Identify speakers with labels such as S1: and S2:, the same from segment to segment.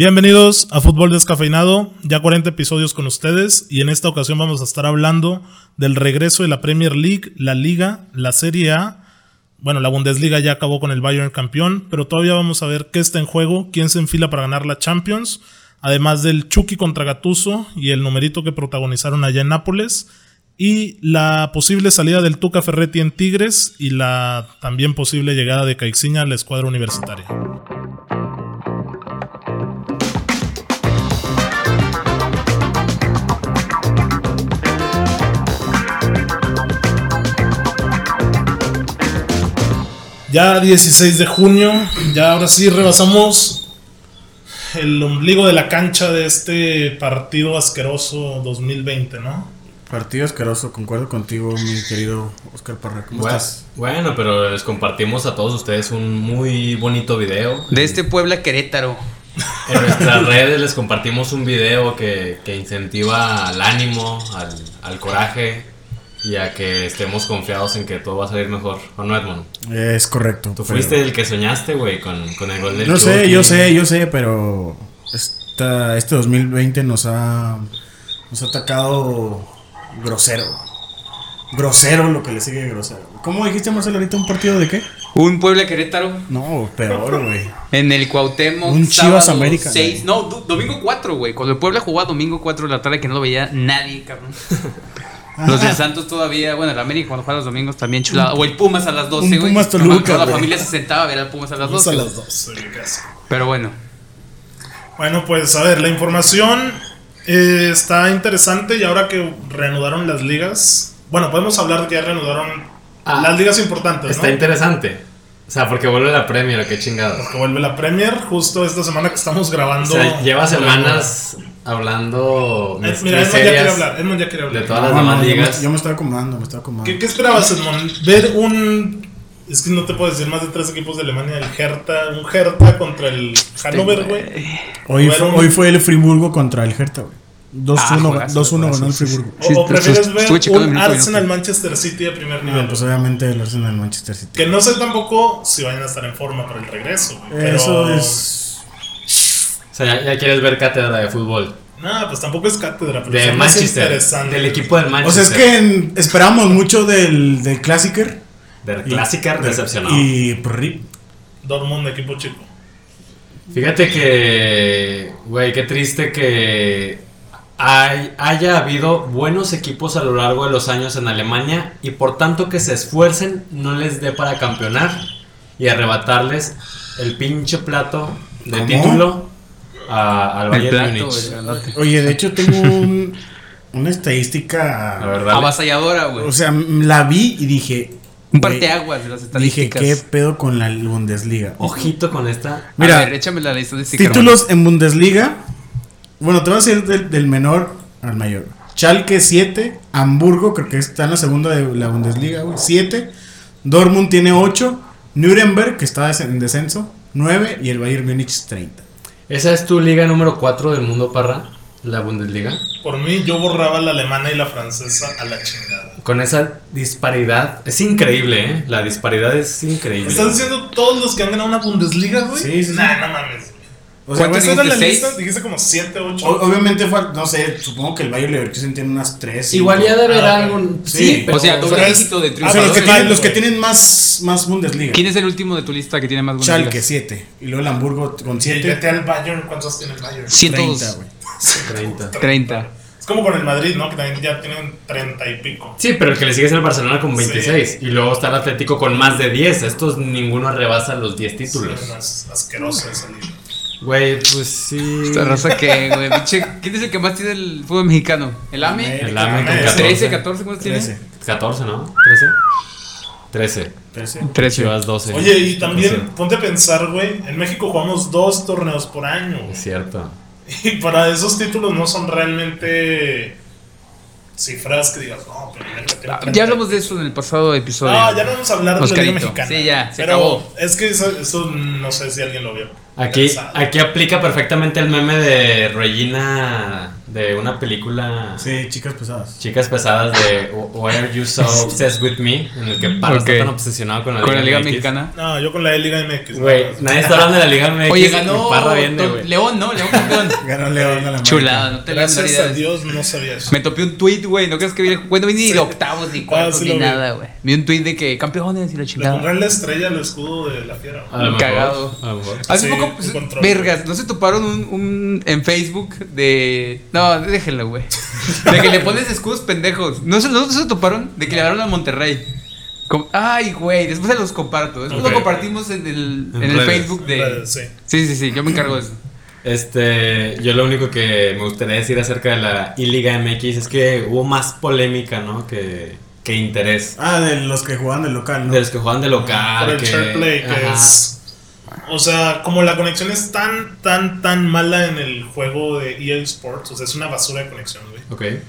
S1: Bienvenidos a Fútbol Descafeinado, ya 40 episodios con ustedes y en esta ocasión vamos a estar hablando del regreso de la Premier League, la Liga, la Serie A. Bueno, la Bundesliga ya acabó con el Bayern campeón, pero todavía vamos a ver qué está en juego, quién se enfila para ganar la Champions, además del Chucky contra Gattuso y el numerito que protagonizaron allá en Nápoles y la posible salida del Tuca Ferretti en Tigres y la también posible llegada de Caixinha a la escuadra universitaria. Ya 16 de junio, ya ahora sí rebasamos el ombligo de la cancha de este partido asqueroso 2020, ¿no?
S2: Partido asqueroso, concuerdo contigo, mi querido Oscar Parra. ¿Cómo
S3: Bueno,
S2: estás?
S3: bueno, pero les compartimos a todos ustedes un muy bonito video.
S4: De este Puebla Querétaro.
S3: En nuestras redes les compartimos un video que, que incentiva al ánimo, al, al coraje y a que estemos confiados en que todo va a salir mejor. ¿O no, Edmond?
S2: Es correcto.
S3: Tú
S2: pero-
S3: fuiste el que soñaste, güey, con, con el gol del
S2: Yo sé,
S3: Chucky.
S2: yo sé, yo sé, pero esta, este 2020 nos ha, nos ha atacado grosero. Grosero lo que le sigue de grosero. ¿Cómo dijiste, Marcelo, ahorita un partido de qué?
S4: Un Puebla Querétaro
S2: No, peor, güey.
S4: en el Cuauhtémoc.
S2: Un Chivas
S4: sábado
S2: América, güey.
S4: seis- no, do- domingo 4, güey. Cuando el Puebla jugaba domingo 4 de la tarde que no lo veía nadie, cabrón. Los de Santos todavía, bueno, el América cuando juega los domingos también chulada. O el Pumas a las 12,
S2: un
S4: güey.
S2: Pumas
S4: No,
S2: Toluca,
S4: toda la
S2: güey.
S4: familia se sentaba a ver al Pumas a las
S1: Vamos a
S4: 12.
S1: las
S4: güey.
S1: 12, qué asco.
S4: Pero bueno,
S1: Bueno, pues a ver, la información eh, está interesante y ahora que reanudaron las ligas, bueno, podemos hablar de que ya reanudaron
S3: Ah,
S1: las ligas importantes,
S3: Está
S1: ¿no?
S3: interesante. O sea, porque vuelve la Premier, qué chingado.
S1: Porque vuelve la Premier justo esta semana que estamos
S3: O
S1: grabando.
S3: sea, lleva semanas hablando
S1: Eh, mira, Edmond ya quiere
S3: miserias
S1: hablar, Edmond ya quiere hablar.
S3: de todas las
S2: No, no,
S3: demás
S2: yo,
S3: ligas.
S2: me, yo me estaba acomodando, me estaba acomodando.
S1: ¿Qué, qué esperabas, Edmond? Ver un... Es que no te puedo decir más de tres equipos de Alemania, el Hertha, un Hertha contra el Hannover, güey.
S2: Hoy,
S1: Fueron-
S2: fue, hoy fue el Friburgo contra el Hertha, güey. 2-1
S4: Ah, juegazo,
S2: 2-1 ganó el
S4: juegazo.
S2: Friburgo.
S1: O, o prefieres ver
S4: Estuve checando el
S1: un
S4: minuto y no
S1: Arsenal
S4: fue.
S1: Manchester City de primer
S2: No,
S1: nivel.
S2: pues obviamente el Arsenal Manchester City.
S1: Que no sé tampoco si vayan a estar en forma para el regreso, güey. Pero...
S2: Eso es.
S3: O sea, ya, ya quieres ver cátedra de fútbol.
S1: No, pues tampoco es cátedra, pero
S3: De
S1: se me hace
S3: Manchester.
S1: interesante.
S3: Del equipo del
S2: O sea,
S3: Manchester.
S2: es que en- esperamos mucho del, del Classicer.
S3: Del
S2: Y-
S3: clásica decepcionado.
S2: Y por rip.
S1: Dortmund, equipo chico.
S3: Fíjate que, güey, qué triste que hay- haya habido buenos equipos a lo largo de los años en Alemania y por tanto que se esfuercen no les dé para campeonar y arrebatarles el pinche plato de
S2: ¿Cómo?
S3: título a- al
S4: el
S3: Bayern
S4: plato,
S3: Múnich.
S4: güey.
S2: Oye, de hecho tengo un- una
S3: La
S2: estadística.
S3: verdad.
S4: Avasalladora, güey.
S2: O sea, m- la vi y dije.
S4: Un
S2: Pues, güey,
S4: parteaguas de las
S2: Dije,
S4: estadísticas.
S2: ¿qué pedo con la Bundesliga?
S3: Ojito con esta.
S2: Mira,
S4: a ver, échame la este estadística. hermano.
S2: Títulos en Bundesliga. Bueno, te voy a decir del, del menor al mayor. Schalke 7, Hamburgo, creo que está en la segunda de la Bundesliga, 7. Dortmund tiene 8, Nuremberg, que está des- en descenso, 9 y el Bayern Múnich 30.
S3: ¿Esa es tu liga número 4 del mundo, Parra? La Bundesliga.
S1: Por mí, yo borraba la alemana y la francesa a la chingada.
S3: Con esa disparidad. Es increíble, ¿eh? La disparidad es increíble.
S1: ¿Estás diciendo todos los que han ganado una Bundesliga, güey?
S2: Sí, sí, sí.
S1: Nah, no mames.
S2: O sea,
S4: ¿Cuántos
S1: ¿Cuántas
S2: bueno,
S1: era la
S4: dijiste?
S1: lista?
S4: ¿Seis?
S1: Dijiste como 7, 8.
S2: o- obviamente fue, no sé, supongo que el Bayern Leverkusen tiene unas 3.
S3: Igual ya debe haber
S1: Ah,
S3: algún.
S2: sí.
S3: Sí, pero.
S4: o sea, doble
S1: sea, es-
S4: dígito de
S2: O sea, los que,
S1: Ah,
S4: triunfadores.
S1: pero-
S2: tienen, los que tienen más, más Bundesliga.
S4: ¿Quién es el último de tu lista que tiene más buenas
S2: Schalke
S4: ligas?
S2: 7 y luego el Hamburgo con
S1: Y vete
S2: 7.
S1: al Bayern, ¿cuántos tiene el Bayern?
S4: 102.
S2: 30, güey.
S3: 30.
S4: 30.
S1: Es como con el Madrid, ¿no? Que también ya tienen 30 y pico.
S3: Sí, pero el que le sigue es el Barcelona con 26. Y luego está el Atlético con más de 10. Estos ninguno rebasa los 10
S1: Sí,
S3: títulos.
S1: no, es asqueroso esa liga.
S3: Güey, pues sí.
S4: Esta raza que, güey. pinche, ¿Quién es el que más tiene el fútbol mexicano? ¿El AME?
S3: El AME con
S1: Eh,
S4: 13,
S3: 14.
S4: 14, ¿cuántos tiene?
S2: 13.
S3: 14, ¿no? 13. 13.
S2: 13.
S4: 13.
S3: Chivas 12.
S1: Oye, y también,
S3: 14.
S1: ponte a pensar, güey. En México jugamos dos torneos por año. güey.
S3: Es cierto.
S1: Y para esos títulos no son realmente cifras que digas, no, pero mira, tiene
S4: Ah,
S1: 30".
S4: Ya hablamos de eso en el pasado episodio.
S1: No, ya no vamos a hablar de la Liga
S4: Oscarito.
S1: Mexicana.
S4: Sí, ya, se
S1: pero
S4: acabó.
S1: Es que eso, eso no sé si alguien lo vio.
S3: Aquí, aquí aplica perfectamente el meme de Regina de una película
S2: Sí, chicas pesadas.
S3: Chicas pesadas de Why Are You So Obsessed With Me, en el que Pablo
S4: Ok.
S3: está tan obsesionado con la
S4: Con la Liga
S3: MX.
S4: Mexicana.
S1: No, yo con la de Liga MX.
S3: Güey, nadie está hablando de la Liga MX.
S4: Oye,
S3: y
S4: ganó
S3: Parra viene, güey.
S4: León, ¿no? León campeón.
S2: Ganó León a la
S4: Chulada, no te la
S1: Gracias a
S4: menor idea.
S1: Dios no sabía eso.
S4: Me topé un tweet, güey. No crees que vi el Bueno, vi ni de octavos, ni cuartos,
S1: Ah, sí
S4: ni
S1: lo vi.
S4: nada, güey. Vi un tweet de que campeones y la
S1: Le
S4: chingada.
S1: pondrán la estrella al escudo de la fiera.
S3: A lo mejor,
S4: Cagado.
S3: a lo mejor.
S4: Hace
S1: Sí,
S4: poco, pues,
S1: un control.
S4: vergas, ¿no se toparon un, un- en Facebook de. No, déjenlo, güey. De que le pones escudos pendejos. ¿No se, no se toparon? De que le dieron a Monterrey. Com- Ay, güey, después se los comparto. Después
S3: Ok.
S4: lo compartimos en el,
S3: En
S4: en el
S3: redes,
S4: Facebook de.
S1: Sí.
S4: Sí, sí, sí, yo me encargo de eso.
S3: Este, yo lo único que me gustaría decir acerca de la I-Liga MX es que hubo más polémica, ¿no? Que, que interés.
S2: Ah, de los que jugaban del local, ¿no?
S3: De los que juegan de local.
S1: Por el
S3: que-
S1: share play, que
S3: ajá.
S1: es. O sea, como la conexión es tan, tan, tan mala en el juego de EA Sports, o sea, es una basura de conexión, güey.
S3: Ok.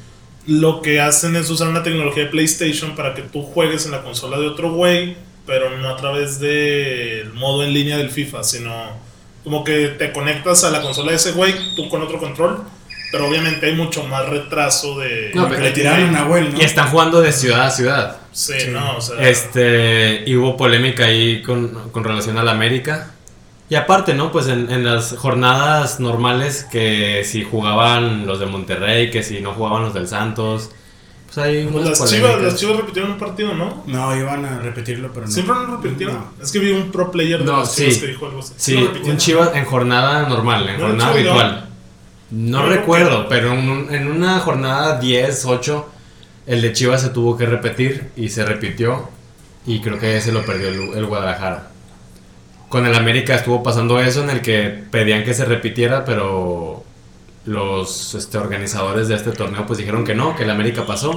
S1: Lo que hacen es usar una tecnología de PlayStation para que tú juegues en la consola de otro güey, pero no a través del modo en línea del FIFA, sino como que te conectas a la consola de ese güey, tú con otro control, pero obviamente hay mucho más retraso de.
S3: No,
S2: Como que
S3: pero
S2: le tiraron a Nahuel, ¿no?
S3: Y están jugando de ciudad a ciudad.
S1: Sí,
S2: Sí.
S1: no, o sea.
S3: Este, y hubo polémica ahí con, con relación al América. Y aparte, ¿no? Pues en, en las jornadas normales, que si jugaban los de Monterrey, que si no jugaban los del Santos. Pues hay
S1: pues
S3: unas
S1: las,
S3: polémicas.
S1: chivas, las chivas repitieron un partido, ¿no?
S2: No, iban a repetirlo, pero no.
S1: Siempre lo repitieron. Es que vi un pro player de
S3: No,
S1: los Chivas
S3: sí.
S1: que dijo algo así.
S3: Sí,
S1: Lo repitieron.
S3: un Chivas en jornada normal, en
S1: No,
S3: jornada
S1: Chivas no.
S3: habitual. No,
S1: No,
S3: recuerdo, pero en, un- en una jornada 10, 8, el de Chivas se tuvo que repetir y se repitió. Y creo que ese lo perdió el, el Guadalajara. Con el América estuvo pasando eso en el que pedían que se repitiera, pero los este, organizadores de este torneo pues dijeron que no, que el América pasó.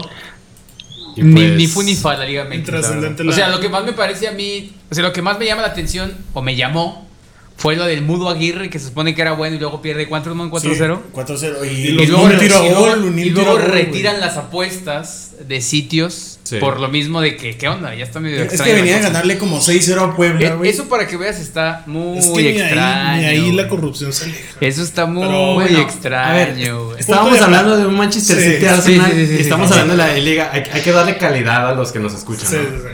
S3: Y
S4: Ni,
S3: pues-
S4: ni fu ni fa la Liga MX.
S1: Intrascendente
S4: la verdad.
S1: la-
S4: O sea, lo que más me parece a mí, o sea, lo que más me llama la atención, o me llamó, fue lo del Mudo Aguirre, que se supone que era bueno y luego pierde 4-1, 4-0.
S2: 4-0. Y,
S1: Y
S4: Y
S2: los
S4: luego,
S2: un tiro a
S4: y luego-
S2: gol, un
S4: y
S2: tiro
S4: luego
S2: a gol, güey.
S4: retiran las apuestas de sitios
S3: Sí.
S4: por lo mismo de que, ¿qué onda? Ya está medio
S2: Es
S4: extraño
S2: que
S4: la
S2: venía a
S4: cosa.
S2: ganarle como 6-0 a Puebla,
S4: Eh,
S2: güey.
S4: Eso para que veas está muy
S1: Es que ni
S4: extraño.
S1: ahí, ni ahí la corrupción se aleja.
S4: Eso está muy
S1: Pero bueno,
S3: A ver,
S4: extraño, güey.
S1: Punto
S3: Estábamos
S1: de
S3: hablando de un Manchester
S1: Sí,
S3: City
S1: sí,
S3: Arsenal
S4: sí, sí, sí,
S3: y estamos
S4: sí.
S3: hablando de la liga. Hay, hay que darle calidad a los que nos escuchan.
S1: Sí,
S3: ¿no?
S1: sí,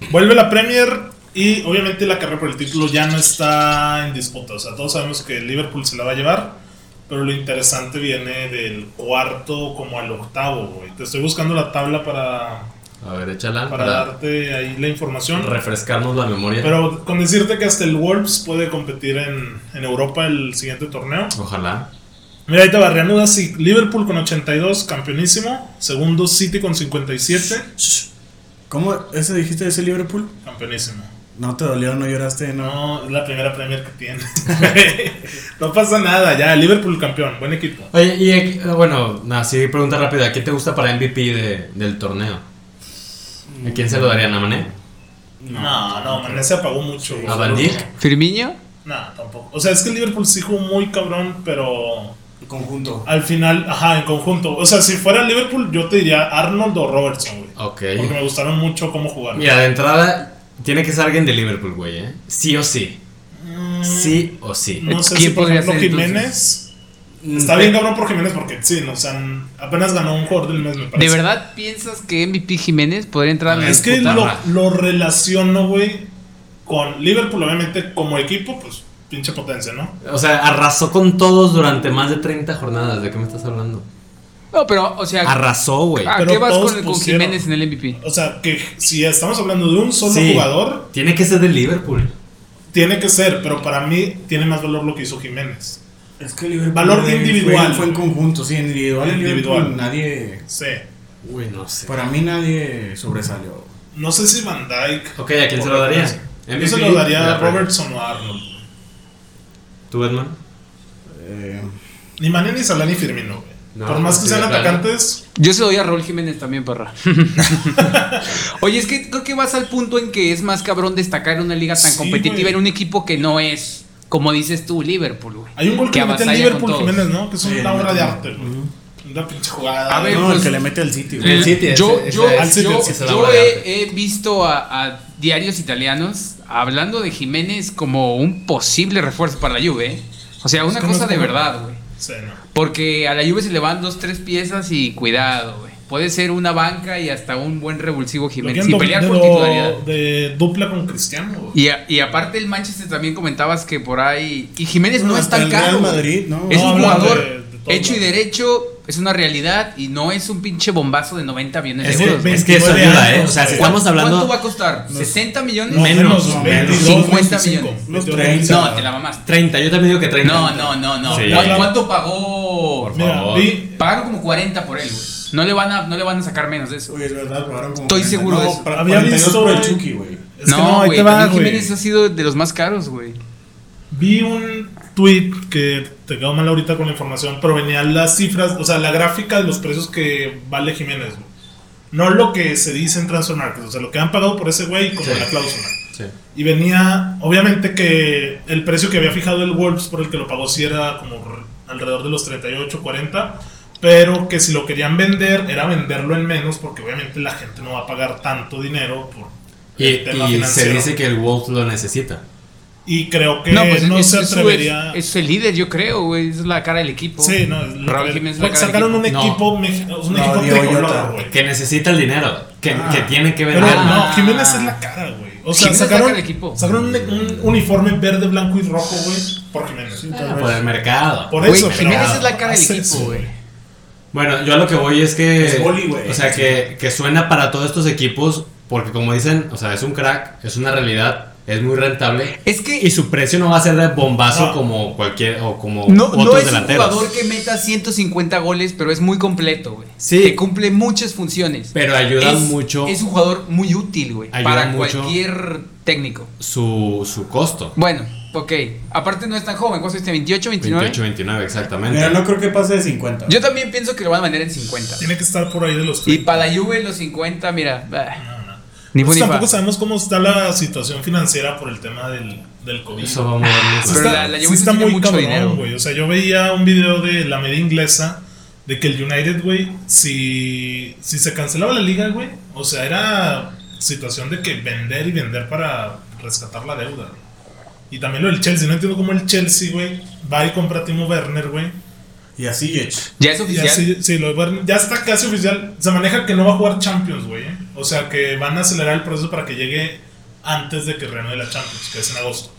S1: sí. Vuelve la Premier y obviamente la carrera por el título ya no está en disputa. O sea, todos sabemos que el Liverpool se la va a llevar. Pero lo interesante viene del cuarto como al octavo, güey. Te estoy buscando la tabla para,
S3: A ver, échala
S1: para
S3: para,
S1: darte ahí la información.
S3: refrescarnos la memoria.
S1: Pero con decirte que hasta el Wolves puede competir en, en Europa el siguiente torneo.
S3: Ojalá.
S1: Mira, ahí te va, reanuda sí, Liverpool con 82, campeonísimo. Segundo City con 57,
S2: ¿Cómo? ¿Ese dijiste de ese Liverpool?
S1: campeonísimo.
S2: No te dolió, no lloraste, no.
S1: No, es la primera Premier que tiene. no pasa nada, ya, Liverpool campeón, buen equipo.
S3: Oye, y eh, bueno, así pregunta rápida. ¿Quién te gusta para MVP de- del torneo? ¿A quién se lo darían a Mané?
S1: No, no, Mané se apagó mucho. güey.
S3: ¿A Van Dijk?
S4: Firmiño,
S1: No, tampoco. O sea, es que el Liverpool sí jugó muy cabrón, pero
S2: Conjunto.
S1: al final, ajá, en conjunto. O sea, si fuera el Liverpool, yo te diría Arnold o Robertson, güey.
S3: Ok.
S1: Porque me gustaron mucho cómo jugaron.
S3: Mira, de entrada, tiene que ser alguien de Liverpool, güey, ¿eh? Sí o sí.
S1: Mm,
S3: Sí o sí.
S1: No sé
S4: ¿Quién
S1: si por
S4: podría
S1: ejemplo
S4: ser, entonces?
S1: Jiménez.
S2: Mm.
S1: Está bien cabrón por Jiménez porque sí, no, o sea, apenas ganó un jugador del mes, me
S4: ¿de
S1: parece.
S4: verdad piensas que MVP Jiménez podría entrar a la
S1: Es que
S4: disputa?
S1: lo,
S3: Ajá.
S1: lo relaciono, güey, con Liverpool, obviamente, como equipo, pues pinche potencia, ¿no?
S3: O sea, arrasó con todos durante más de 30 jornadas. ¿De qué me estás hablando?
S4: No, pero, o sea,
S3: Arrasó, güey.
S4: ¿a
S1: Pero
S4: qué vas
S1: todos
S4: con, con
S1: pusieron.
S4: Jiménez en el MVP?
S1: O sea, que si estamos hablando de un solo
S3: Sí.
S1: jugador,
S3: Tiene que ser de Liverpool.
S1: tiene que ser, pero para mí tiene más valor lo que hizo Jiménez.
S2: Es que Liverpool.
S1: Valor
S2: güey,
S1: individual.
S2: Fue, fue en conjunto, sí, individual. en
S1: Individual.
S2: Liverpool, Nadie.
S1: Sí.
S3: Uy, no sé.
S2: Para mí nadie sobresalió.
S1: No sé si Van Dyke.
S3: Ok, ¿a quién se lo daría?
S1: Yo se
S3: MVP,
S1: lo daría
S3: la
S1: a
S3: Premier.
S1: Robertson o a Arnold.
S3: ¿Tú, Batman?
S2: Eh,
S1: Ni Mané ni Salah ni Firmino, güey.
S3: No, pues
S1: Por más que
S3: sí,
S1: sean
S3: de plano.
S1: atacantes,
S4: Yo se lo doy a Raúl Jiménez también, parra. Oye, es que creo que vas al punto en que es más cabrón destacar en una liga tan
S1: Sí,
S4: competitiva
S1: güey.
S4: en un equipo que no es, como dices tú, Liverpool, güey.
S1: Hay un gol que, le mete el
S4: avasalla con
S1: Liverpool
S4: todos.
S1: Jiménez, ¿no? Que es
S2: Sí,
S1: una obra
S2: mete
S1: de
S2: un-
S1: arte, güey. Una pinche jugada.
S4: A ver,
S2: no,
S4: pues,
S2: el que le mete al sitio.
S3: El City,
S4: yo
S3: ese-
S4: yo,
S3: ese-
S1: ese-
S4: yo-
S1: ese
S3: es la
S4: yo
S3: obra de
S4: he, he visto a, a diarios italianos hablando de Jiménez como un posible refuerzo para la Juve. ¿eh? O sea, una
S1: que no
S4: cosa
S1: es
S4: de
S1: como-
S4: verdad, güey.
S1: Sí, no.
S4: Porque a la Juve se le van dos, tres piezas y cuidado, güey. Puede ser una banca y hasta un buen revulsivo
S1: Lo
S4: Jiménez.
S1: quieren
S4: Sin
S1: do-
S4: pelear
S1: de
S4: por
S1: do-
S4: titularidad.
S1: De dupla con Cristiano. güey.
S4: Y, a- y aparte el Manchester también comentabas que por ahí... Y Jiménez no,
S2: No,
S4: es
S2: hasta
S4: tan
S2: el
S4: caro.
S2: Real
S4: güey.
S2: Madrid, ¿no?
S4: Es
S1: No,
S4: un
S1: hablan de-
S4: jugador
S1: de todo,
S4: hecho y
S1: ¿no?
S4: derecho, es una realidad y no es un pinche bombazo de 90 millones
S1: Es
S4: de
S1: de
S4: euros. güey.
S3: Es que eso
S1: 29
S3: ayuda, ¿eh?
S1: años,
S3: O sea, si
S1: güey.
S3: estamos
S4: ¿Cuánto va
S3: hablando
S4: a costar? ¿60 millones?
S1: No,
S3: menos,
S1: menos,
S3: menos.
S1: 22,
S4: 50
S1: 25.
S4: millones.
S2: Unos
S1: Metió
S2: 30.
S4: No, te la mamás.
S3: 30, yo también digo que 30.
S4: No, no, no, no.
S3: Sí.
S4: ¿Cu- ¿Cuánto pagó?
S3: Por
S1: Mira,
S3: favor.
S1: vi-
S4: Pagaron como 40 por él, güey. No le van a, no le van a sacar menos de eso.
S2: Uy, es verdad, pagaron como
S4: Estoy
S2: 40.
S4: seguro de
S2: No,
S4: eso.
S2: para
S1: Había
S2: 42
S1: visto,
S2: por el
S1: güey.
S2: Chucky, güey.
S1: Es que no, ahí te
S4: también
S1: va, güey.
S4: Jiménez ha sido de los más caros, güey.
S1: Vi un tweet que te quedó mal ahorita con la información, pero venían las cifras, o sea, la gráfica de los precios que vale Jiménez, güey. No lo que se dice en Transfer Market, o sea, lo que han pagado por ese güey como
S3: Sí.
S1: la cláusula.
S3: Sí.
S1: Y venía, obviamente que el precio que había fijado el Wolves por el que lo pagó si era como r- alrededor de los 38, 40, pero que si lo querían vender era venderlo en menos porque obviamente la gente no va a pagar tanto dinero por
S3: Y,
S1: el tema
S3: y se
S1: financiero.
S3: dice que el Wolf lo necesita.
S1: Y creo que
S4: no,
S1: no,
S4: pues es,
S1: se
S4: es su-
S1: atrevería...
S4: es, es el líder, yo creo, güey. Es la cara del equipo.
S1: Sí, no, es lo
S4: Raúl
S1: que-
S4: Jiménez
S1: porque
S4: la cara
S1: sacaron un
S3: del equipo.
S1: equipo, mex- un
S2: No,
S1: equipo
S2: Diego
S1: tricolor,
S2: Llota.
S1: güey.
S3: Que necesita el dinero. Que,
S2: Ah.
S3: que tiene que
S1: Pero
S3: venderlo.
S4: Ah.
S1: no, Jiménez es la cara, güey. O sea,
S4: Jiménez es la
S1: sacaron,
S4: cara del equipo.
S1: sacaron un, un uniforme verde, blanco y rojo, güey, por Jiménez.
S3: Por el mercado.
S1: Por
S4: Güey,
S1: eso, pero- ah,
S4: Jiménez es la cara del
S1: Hace
S4: equipo,
S1: eso,
S4: güey.
S3: Bueno, yo a lo que voy es que.
S2: Es boli, güey.
S3: o sea, que, que suena para todos estos equipos. Porque como dicen, o sea, es un crack, es una realidad, es muy rentable.
S4: Es que
S3: Y su precio no va a ser de bombazo
S1: No.
S3: como cualquier o como
S4: No,
S3: otros
S4: no es un
S3: delanteros.
S4: jugador que meta 150 goles, pero es muy completo, güey.
S3: Sí.
S4: Que cumple muchas funciones.
S3: Pero ayuda
S4: es,
S3: mucho
S4: Es un jugador muy útil, güey.
S3: Ayuda
S4: Para
S3: mucho.
S4: cualquier técnico.
S3: su, su costo.
S4: Bueno, ok. Aparte no es tan joven. ¿Cuánto este? ¿28, 29?
S3: 28-29, exactamente.
S2: Mira, no creo que pase de 50.
S4: Yo también pienso que lo van a vender en 50.
S1: Tiene que estar por ahí de los 30.
S4: Y para la Juve los 50, mira. bah, Ni fu
S1: Pues
S4: ni fa.
S1: tampoco sabemos cómo está la situación financiera por el tema del, del COVID.
S3: Eso vamos a ver.
S4: Pero la- la
S1: sí
S4: Juventus
S1: está
S4: tiene
S1: muy
S4: mucho
S1: cabrón,
S4: dinero.
S1: güey. O sea, yo veía un video de la media inglesa de que el United, güey, si, si se cancelaba la liga, güey, o sea, era situación de que vender y vender para rescatar la deuda. güey. Y también lo del Chelsea. No entiendo cómo el Chelsea, güey, va y compra a Timo Werner, güey.
S2: Y así, Yech.
S4: Ya es
S1: Y
S4: oficial.
S1: así, sí, lo de Werner- ya está casi oficial. Se maneja que no va a jugar Champions, güey. ¿eh? O sea, que van a acelerar el proceso para que llegue antes de que reanude la Champions, que es en agosto.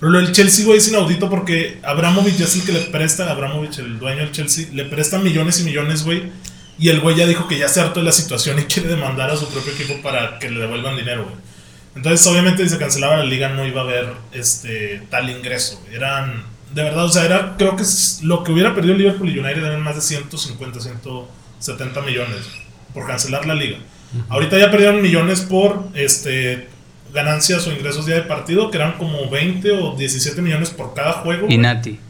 S1: Pero lo del Chelsea, güey, es inaudito porque Abramovich es el que le presta, Abramovich, el dueño del Chelsea, le presta millones y millones, güey. Y el güey ya dijo que ya se hartó de la situación y quiere demandar a su propio equipo para que le devuelvan dinero, güey. Entonces, obviamente, si se cancelaba la liga, no iba a haber este, tal ingreso. güey. Eran, de verdad, o sea, era, creo que es- lo que hubiera perdido Liverpool y United eran más de 150, 170 millones por cancelar la liga. Ahorita ya perdieron millones por este, ganancias o ingresos día de partido, que eran como 20 o 17 millones por cada juego.
S4: Y
S1: güey.
S4: Nati.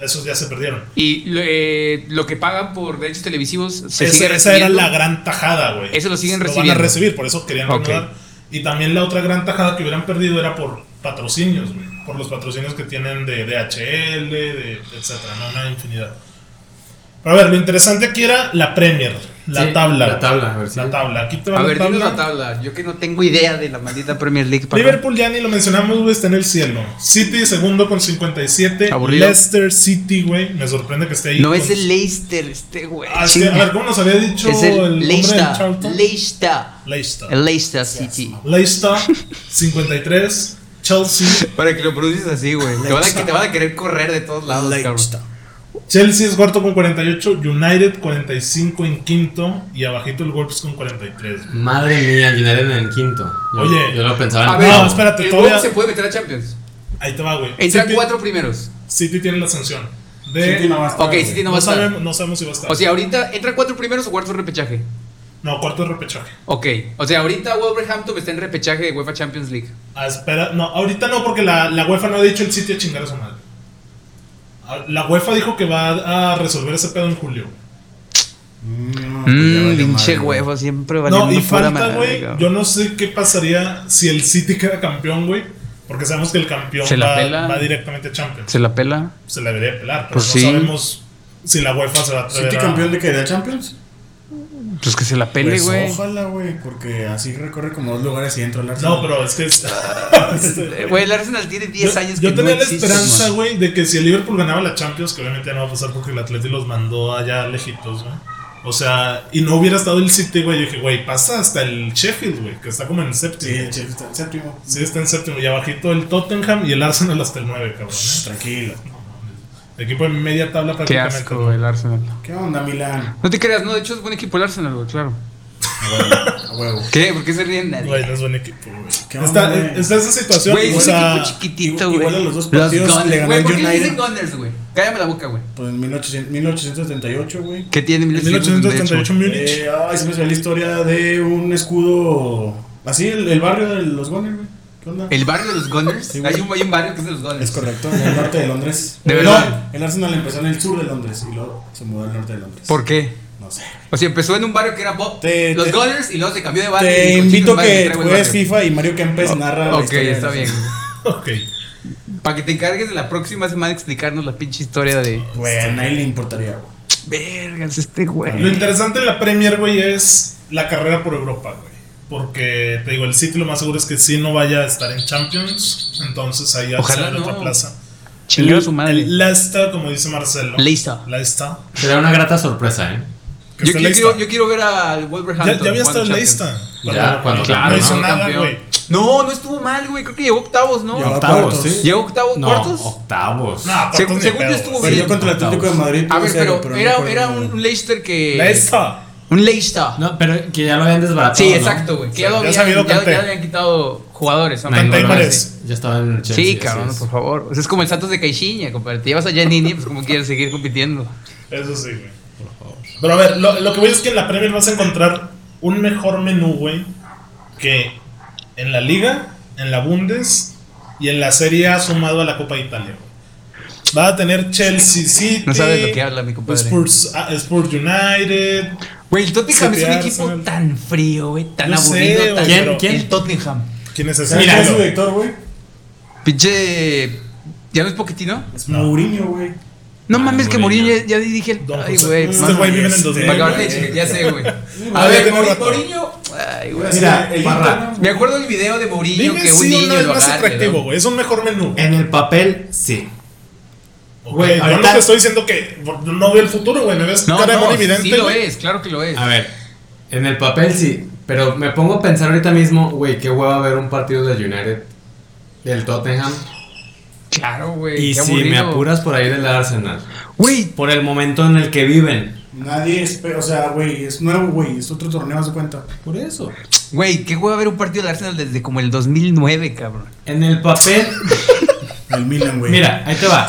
S1: Esos ya se perdieron.
S4: Y lo, eh, lo que pagan por derechos televisivos se
S1: Esa,
S4: sigue
S1: esa era
S4: recibiendo.
S1: la gran tajada, güey.
S4: Eso lo siguen
S1: Lo van
S4: recibiendo.
S1: a recibir, por eso querían
S4: Ok.
S1: reanudar. Y también la otra gran tajada que hubieran perdido era por patrocinios, güey. Por los patrocinios que tienen de DHL, de etcétera, ¿no? Una infinidad. Pero a ver, lo interesante aquí era la Premier, la
S3: Sí,
S1: tabla.
S3: la
S1: güey.
S3: tabla, a ver, sí.
S1: La tabla. Aquí te va
S4: A
S1: la
S4: ver,
S1: tabla.
S4: dinos la tabla. Yo que no tengo idea de la maldita Premier League. papá.
S1: Liverpool ya ni lo mencionamos, güey, está en el cielo. City segundo con 57.
S4: Aburrido.
S1: Leicester City, güey, me sorprende que esté ahí.
S4: No
S1: con-
S4: es el Leicester, este güey.
S1: Ah, es que, a
S4: Chinga.
S1: ver, ¿cómo nos había dicho
S4: Es
S1: el, hombre
S4: el
S1: del
S4: Leicester.
S1: Charlton?
S4: Leicester.
S1: Leicester.
S4: El Leicester City.
S1: Leicester 53, Chelsea.
S4: Para que lo produces así, güey. Te van, a, te van a querer correr de todos lados, cabrón.
S1: Chelsea es cuarto con 48, United 45 en quinto y abajito el Wolves con 43. güey.
S3: Madre mía, llenar en el quinto. Yo,
S1: Oye.
S3: yo lo pensaba en
S4: A
S3: el
S4: ver,
S1: No,
S3: octavo.
S1: espérate,
S4: el
S1: todavía-
S4: Wolves se puede meter a Champions.
S1: Ahí te va, güey.
S4: Entran
S1: City-
S4: cuatro primeros.
S1: City tiene la sanción. De,
S2: City no va a estar,
S4: Ok,
S2: güey.
S4: City no
S1: Ah, no,
S4: va a estar.
S1: sabemos, no sabemos si va a estar.
S4: O sea, ahorita entran cuatro primeros o cuarto repechaje.
S1: no, cuarto de repechaje.
S4: Ok. O sea, ahorita Wolverhampton está en repechaje de UEFA Champions League.
S1: Ah, espera, no, ahorita no, porque la, la UEFA no ha dicho el City a chingar a su madre. Ah, La UEFA dijo que va a resolver ese pedo en julio.
S2: No, pues ya
S4: Mmm,
S2: valió
S4: pinche
S2: madre, güey.
S4: huevo, siempre valiendo
S1: No, y
S4: pura
S1: falta,
S4: madre,
S1: güey.
S4: cabrón.
S1: Yo no sé qué pasaría si el City queda campeón, güey. Porque sabemos que el campeón
S4: Se la
S1: va,
S4: pela.
S1: va directamente a Champions.
S4: Se la pela.
S1: Se la debería pelar, pero
S4: Pues
S1: no
S4: sí.
S1: sabemos si la UEFA se va a atrever
S2: ¿City
S1: a-
S2: campeón de qué? ¿De la Champions?
S4: Pues que se la pele,
S2: Pues
S4: güey.
S2: ojalá, güey, porque así recorre como dos lugares y entra al Arsenal.
S1: No, pero es que. es-
S4: Eh, Güey, el Arsenal tiene 10
S1: yo,
S4: años
S1: yo
S4: que
S1: tenía
S4: no
S1: la
S4: existe,
S1: esperanza,
S4: man.
S1: güey, de que si el Liverpool ganaba la Champions, que obviamente ya no va a pasar porque el Atleti los mandó allá lejitos, güey. O sea, y no hubiera estado el City, güey. Yo dije, güey, pasa hasta el Sheffield, güey, que está como en el séptimo.
S2: Sí, el chef está en séptimo.
S1: Sí, está en séptimo. Y abajito el Tottenham y el Arsenal hasta el 9, cabrón. ¿eh?
S2: Tranquilo.
S1: El equipo en media tabla
S4: Qué
S1: prácticamente.
S4: asco, güey, el Arsenal.
S2: ¿Qué onda, Milán?
S4: No te creas, no, de hecho es buen equipo el Arsenal, güey, claro.
S2: A huevo, a huevo.
S4: ¿Qué? ¿Por qué se ríen?
S1: Güey, no es buen equipo,
S2: Qué
S1: güey. Está,
S2: hombre.
S1: está esa situación,
S4: Güey, es
S1: o
S4: un
S1: sea,
S4: equipo chiquitito,
S2: igual-
S4: güey.
S2: igual a los dos partidos
S4: Gunners,
S2: le ganó
S4: güey,
S2: el
S4: ¿por qué le
S2: United.
S4: dicen Gunners, güey? Cállame la boca, güey.
S2: Pues en 1800 1878, güey.
S4: ¿Qué tiene
S1: 1888
S4: 1888?
S1: Múnich.
S2: Eh, ay, se me salió la historia de un escudo. Así, el, el barrio de los Gunners, güey. ¿Qué onda?
S4: ¿El barrio de los Gunners?
S2: Sí, güey.
S4: hay, un, hay un barrio que es de los Gunners.
S2: Es correcto, en el norte de Londres.
S4: ¿De
S2: No,
S4: verdad?
S2: el Arsenal empezó en el sur de Londres y luego se mudó al norte de Londres.
S4: ¿Por qué?
S2: No sé.
S4: O sea, empezó en un barrio que era Bob,
S2: Te-
S4: los
S2: te-
S4: Gunners, y luego se cambió de barrio. y
S2: Te
S4: dijo,
S2: invito
S4: "Chicos, madre,
S2: que
S4: traigo el
S2: juegues
S4: barrio".
S2: FIFA y Mario Kempes narra. la
S4: Ok,
S2: historia de
S4: está
S2: los-
S4: bien.
S1: Ok.
S4: Para que te encargues de la próxima semana explicarnos la pinche historia de.
S2: Güey, a nadie le importaría, güey.
S4: Vergas, este
S1: Lo
S4: güey.
S1: interesante en la Premier, güey, es la carrera por Europa, güey. Porque, te digo, el City lo más seguro es que sí no vaya a estar en Champions. Entonces ahí ya
S4: Ojalá
S1: sale
S4: no.
S1: otra plaza.
S4: Chingó a su madre.
S1: El Leicester, como dice Marcelo.
S4: Leicester.
S1: Leicester.
S3: Será una grata sorpresa, ¿eh?
S1: Que
S4: Yo,
S1: esté
S4: yo quiero,
S1: Leicester.
S4: yo quiero ver al
S1: ya,
S4: Wolverhampton.
S1: ya había estado
S4: jugando
S1: en
S4: Champions.
S1: Leicester.
S3: Ya, cuando
S1: no
S3: claro,
S1: hizo
S3: ¿no?
S1: nada,
S4: Campeón.
S1: güey.
S4: No, no estuvo mal, güey. Creo que llegó octavos, ¿no?
S2: Llegó
S3: Octavos,
S2: cuartos,
S3: sí.
S4: ¿Llegó octavos,
S3: No,
S4: cuartos?
S3: octavos.
S1: No,
S4: Se-
S1: Porto ni
S4: según yo
S1: pedo,
S4: estuvo
S1: güey.
S2: Perdió contra el
S3: octavos.
S2: Atlético de Madrid.
S4: A ver,
S2: tres cero,
S4: pero,
S2: no
S4: era,
S2: recuerdo
S4: era
S2: el
S4: un,
S2: nombre.
S4: un Leicester que.
S1: Leicester.
S4: Un Leicester.
S3: No, pero que ya lo habían desbaratado.
S4: sí,
S3: ¿no?
S4: exacto, güey. Que
S1: Sí,
S4: ya, lo
S1: ya
S4: habían-
S1: se había ido
S4: ya-
S1: Kanté.
S4: ya le habían quitado jugadores. ¿no?
S3: Nah,
S1: Kanté
S3: no,
S1: cuál
S3: no,
S1: es?
S3: Ya estaba en el Chelsea.
S4: Sí,
S3: así
S4: cabrón,
S3: es.
S4: por favor. O sea, es como el Santos de Caixinha, compadre. Te llevas a Janini, pues como quieres seguir compitiendo.
S1: Eso sí, güey. Pero a ver, lo, lo que voy a decir es que en la Premier vas a encontrar un mejor menú, güey, que en la Liga, en la Bundes y en la Serie A sumado a la Copa de Italia, güey. Va a tener Chelsea City.
S4: No sabes lo que habla, mi compadre.
S1: Spurs, ah, Spurs United.
S4: Güey, el Tottenham es un
S1: CPR,
S4: equipo
S1: son-
S4: tan frío, güey, tan
S1: Yo sé,
S4: aburrido.
S1: güey,
S4: tan...
S3: ¿Quién- pero- quién?
S4: El Tottenham.
S1: ¿Quién es ese?
S2: ¿Sabes quién es su
S1: Míralo.
S2: director, güey?
S4: Pinche. ¿Ya no es Poquetino?
S2: Es Mourinho, güey.
S4: No
S3: Ah,
S4: mames, que
S3: Mourinho.
S4: Mourinho ya, ya dirige el.
S1: Don
S4: Ay,
S1: José.
S4: güey. eh,
S1: Este
S4: mano.
S1: güey vive en el
S2: este,
S1: 2000.
S4: Para acabar
S1: güey.
S4: de chingar, ya sé, güey. A
S1: madre,
S4: ver,
S1: tiene
S4: Mouri-
S1: rato.
S4: Mourinho. Ay, güey.
S2: Mira, el
S3: Parra.
S2: Inter-
S4: Me acuerdo del video de Mourinho
S1: Dime
S4: que un
S1: si
S4: niño
S1: no es
S4: lo
S1: más
S4: agarra,
S1: atractivo,
S4: ¿no?
S1: güey. Es un mejor menú.
S3: En el papel, sí.
S1: Ok,
S3: Eh, güey,
S1: yo
S3: ahorita-
S1: no te estoy diciendo que no veo el futuro, güey. Me ves
S4: No,
S1: cara de
S4: no,
S1: muy
S4: sí
S1: evidente,
S4: lo
S1: güey.
S4: es, claro que lo es.
S3: A ver, en el papel sí, pero me pongo a pensar ahorita mismo, güey, qué hueva ver un partido del United, del Tottenham,
S4: Claro, güey.
S3: y
S4: qué
S3: si me
S4: aburrido.
S3: apuras por ahí del Arsenal,
S4: Güey,
S3: por el momento en el que viven.
S2: Nadie espera, o sea, güey, es nuevo, güey, es otro torneo, haz de cuenta.
S3: Por eso.
S4: güey, qué hueva ver un partido del Arsenal desde como el 2009, cabrón.
S3: En el papel,
S2: El Milan, güey.
S3: mira, ahí te va.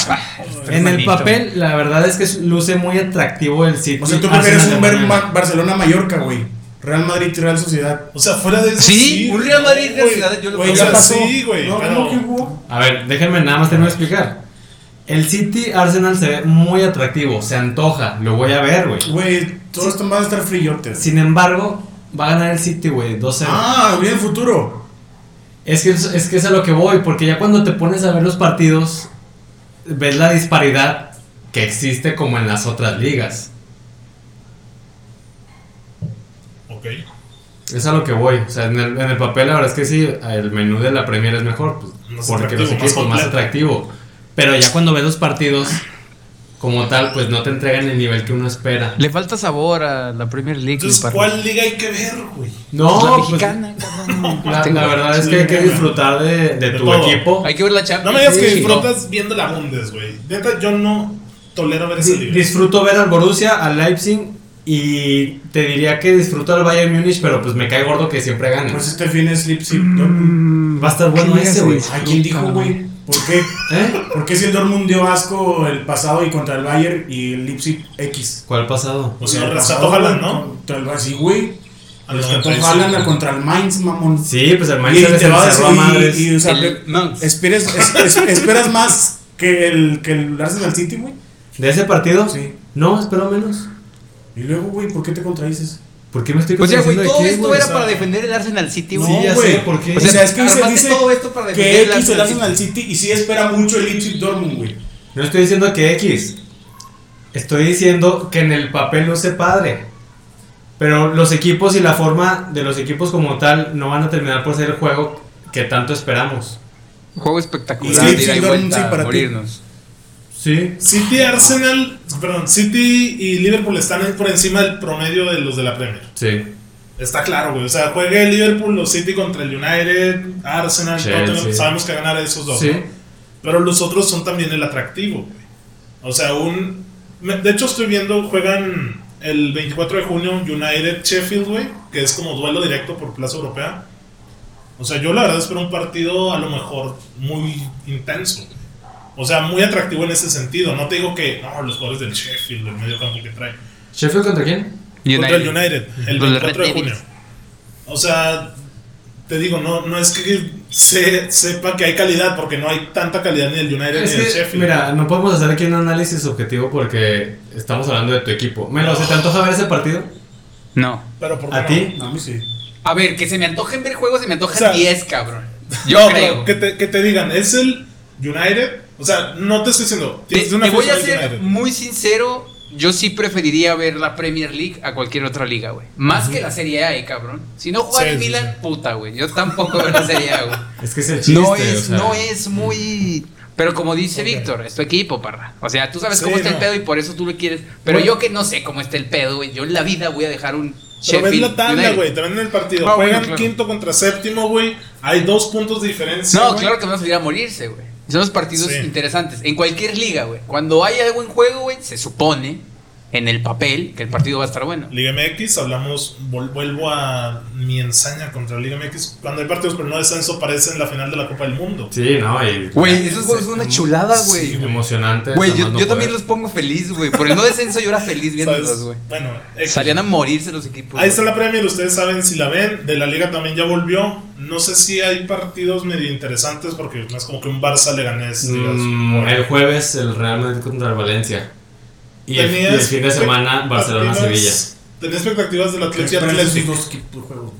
S3: En el
S4: Manito.
S3: papel, la verdad es que luce muy atractivo el sitio.
S2: O sea, tú prefieres un ver Ma- Barcelona-Mallorca, güey. Real Madrid y Real Sociedad.
S1: O sea, fuera de eso.
S4: Sí, un Real Madrid
S1: güey.
S4: Real Sociedad, yo lo
S1: Güey,
S2: Güey,
S4: O
S2: ya
S4: sea,
S2: pasó.
S1: Sí, güey.
S2: No,
S1: pero-
S2: ¿cómo que hubo?
S3: A ver, déjenme nada más terminar de explicar. El City Arsenal se ve muy atractivo, se antoja, lo voy a ver, güey.
S2: Güey, todos estos van a estar frillotes.
S3: Sin embargo, va a ganar el City, güey, 2-0.
S2: Ah, bien futuro.
S3: Es que, es es que es a lo que voy, porque ya cuando te pones a ver los partidos, ves la disparidad que existe como en las otras ligas.
S1: Ok.
S3: Es a lo que voy. O sea, en el, en el papel la verdad es que sí, el menú de la Premier es mejor, pues,
S1: Más
S3: porque
S1: atractivo,
S3: los
S1: más
S3: equipos más,
S1: completo.
S3: atractivo. Pero ya cuando ves los partidos como tal, pues no te entregan el nivel que uno espera.
S4: Le falta sabor a la Premier League.
S1: Entonces,
S4: mi parra.
S1: ¿cuál liga hay que ver, güey?
S3: No,
S4: Pues la
S3: pues,
S4: mexicana, cabrón.
S3: la,
S4: Este,
S3: la
S4: güey.
S3: verdad es que hay que disfrutar de, de
S1: De
S3: tu
S1: todo.
S3: equipo.
S4: Hay que ver la Champions.
S1: No me digas que
S4: Sí.
S1: disfrutas viendo la Bundes, güey. Neta, yo no tolero ver esa
S3: Di-
S1: liga.
S3: disfruto ver al Borussia, al Leipzig y te diría que disfruto al Bayern Múnich, pero pues me cae gordo que siempre gane.
S2: Pues este fin es Leipzig Dortmund.
S3: Va a estar bueno
S4: ¿qué
S3: ese,
S4: haces?
S3: güey.
S2: Ay, ¿quién dijo, güey? ¿Por qué?
S3: ¿Eh?
S2: ¿Por qué si el Dortmund dio asco el pasado y contra el Bayern y el Leipzig X?
S3: ¿Cuál pasado?
S1: O sea,
S2: El
S1: lo
S2: pasado,
S1: rescató Haaland,
S2: güey,
S1: ¿no?
S2: Contra el Brasil, güey.
S1: Al
S2: Rescató
S1: 95.
S2: Haaland contra el Mainz, mamón.
S3: Sí, pues el
S2: Y
S3: Manchester
S2: te
S3: se
S2: vas
S3: cerró a madres.
S2: y, y, o sea,
S4: El- no.
S2: esperas, es- es- esperas más que el, que el Arsenal City, güey.
S3: ¿De ese partido?
S2: Sí.
S3: No, espero menos.
S2: Y luego, güey, ¿por qué te contradices?
S3: ¿Por qué me estoy
S4: O sea, Pues güey,
S3: contradiciendo
S4: todo
S3: aquí,
S4: esto
S3: güey?
S4: era
S3: O sea,
S4: para defender el Arsenal City,
S2: No,
S4: güey.
S3: Sí, ya
S2: güey.
S3: sé por qué.
S2: O sea, es que se
S4: armaste
S2: dice
S4: todo esto para defender
S2: que
S4: el
S2: X el
S4: Arsenal
S2: Arsenal City y sí espera mucho el Leipzig Dortmund, güey.
S3: No estoy diciendo que X. Estoy diciendo que en el papel luce padre. Pero los equipos y la forma de los equipos como tal no van a terminar por ser el juego que tanto esperamos.
S4: Juego espectacular,
S2: Y sí,
S4: de ida
S2: sí,
S4: y
S2: Dortmund,
S4: vuelta,
S2: sí, para ti.
S4: morirnos.
S3: Sí.
S1: City, Arsenal, perdón, City y Liverpool están por encima del promedio de los de la Premier.
S3: Sí.
S1: Está claro, güey. O sea, juegue Liverpool o City contra el United, Arsenal,
S3: Chelsea.
S1: Tottenham, sabemos que ganar esos dos.
S3: Sí.
S1: ¿no? Pero los otros son también el atractivo, güey. O sea, un. me- De hecho, estoy viendo, juegan el 24 de junio United Sheffield, güey, que es como duelo directo por Plaza Europea. O sea, yo la verdad espero un partido a lo mejor muy intenso. güey. O sea, muy atractivo en ese sentido. No te digo que, no, los jugadores del Sheffield, el medio campo que trae.
S3: ¿Sheffield contra quién?
S1: Contra el United, el
S4: Los
S1: 24 de
S4: Red
S1: junio.
S4: Devils.
S1: O sea, te digo, no, no es que se, sepa que hay calidad, porque no hay tanta calidad ni del United
S3: Es
S1: ni del
S3: que,
S1: Sheffield.
S3: mira, no podemos hacer aquí un análisis objetivo porque estamos hablando de tu equipo. Melo, ¿se te antoja ver ese partido?
S4: No.
S1: Pero ¿por qué
S3: ¿A
S1: no?
S3: ti?
S2: No, a mí sí.
S4: A ver, que se me antojen ver juegos, se me
S1: O sea,
S4: antojan 10, cabrón. Yo
S1: No, pero
S4: creo.
S1: Que te, que te digan, es el United. O sea, no te estoy diciendo.
S4: Te,
S1: Tienes una
S4: te voy a
S1: afición al
S4: ser
S1: United.
S4: muy sincero, yo sí preferiría ver la Premier League a cualquier otra liga, güey. Más que la Serie A, eh, cabrón. Si no juega
S1: Sí,
S4: el
S1: sí,
S4: Milan, puta, güey. Yo tampoco veo la Serie A, güey.
S3: Es que es el chiste.
S4: No
S3: o
S4: es,
S3: sea.
S4: no es muy... Pero como dice Víctor, es tu equipo, parra. O sea, tú sabes
S1: Sí,
S4: cómo está
S1: no.
S4: el pedo y por eso tú lo quieres. Pero
S1: Bueno.
S4: yo que no sé cómo está el pedo, güey. Yo en la vida voy a dejar un
S1: Pero ves la
S4: Sheffield
S1: tabla,
S4: United.
S1: güey. Te ven el partido.
S4: Ah, bueno,
S1: Juegan
S4: claro.
S1: quinto contra séptimo, güey. Hay dos puntos de diferencia.
S4: No,
S1: güey.
S4: claro que van a salir a morirse, güey. Son los partidos
S1: Sí.
S4: interesantes. En cualquier liga, güey. Cuando hay algo en juego, güey, se supone en el papel que el partido va a estar bueno.
S1: Liga MX, hablamos, vol- vuelvo a mi ensaña contra Liga MX. Cuando hay partidos por no descenso, parecen la final de la Copa del Mundo.
S3: Sí, no, y.
S4: Güey, esos juegos son una chulada,
S3: Sí,
S4: güey.
S3: emocionante.
S4: Güey,
S3: nada
S4: yo,
S3: más no
S4: yo también
S3: poder.
S4: los pongo feliz, güey. Por el no descenso yo era feliz
S1: ¿Sabes?
S4: viéndolos, güey.
S1: Bueno, X.
S4: Salían a morirse los equipos.
S1: Ahí
S4: güey.
S1: está la Premier, ustedes saben si la ven. De la Liga también ya volvió. No sé si hay partidos medio interesantes porque no es como que un Barça le ganes.
S3: Mm, el jueves el Real Madrid contra el Valencia. Y el, y el fin de semana Barcelona-Sevilla.
S1: Tenía expectativas del Atlético
S2: Pero esos
S1: Atlético.
S2: dos equipos juegos.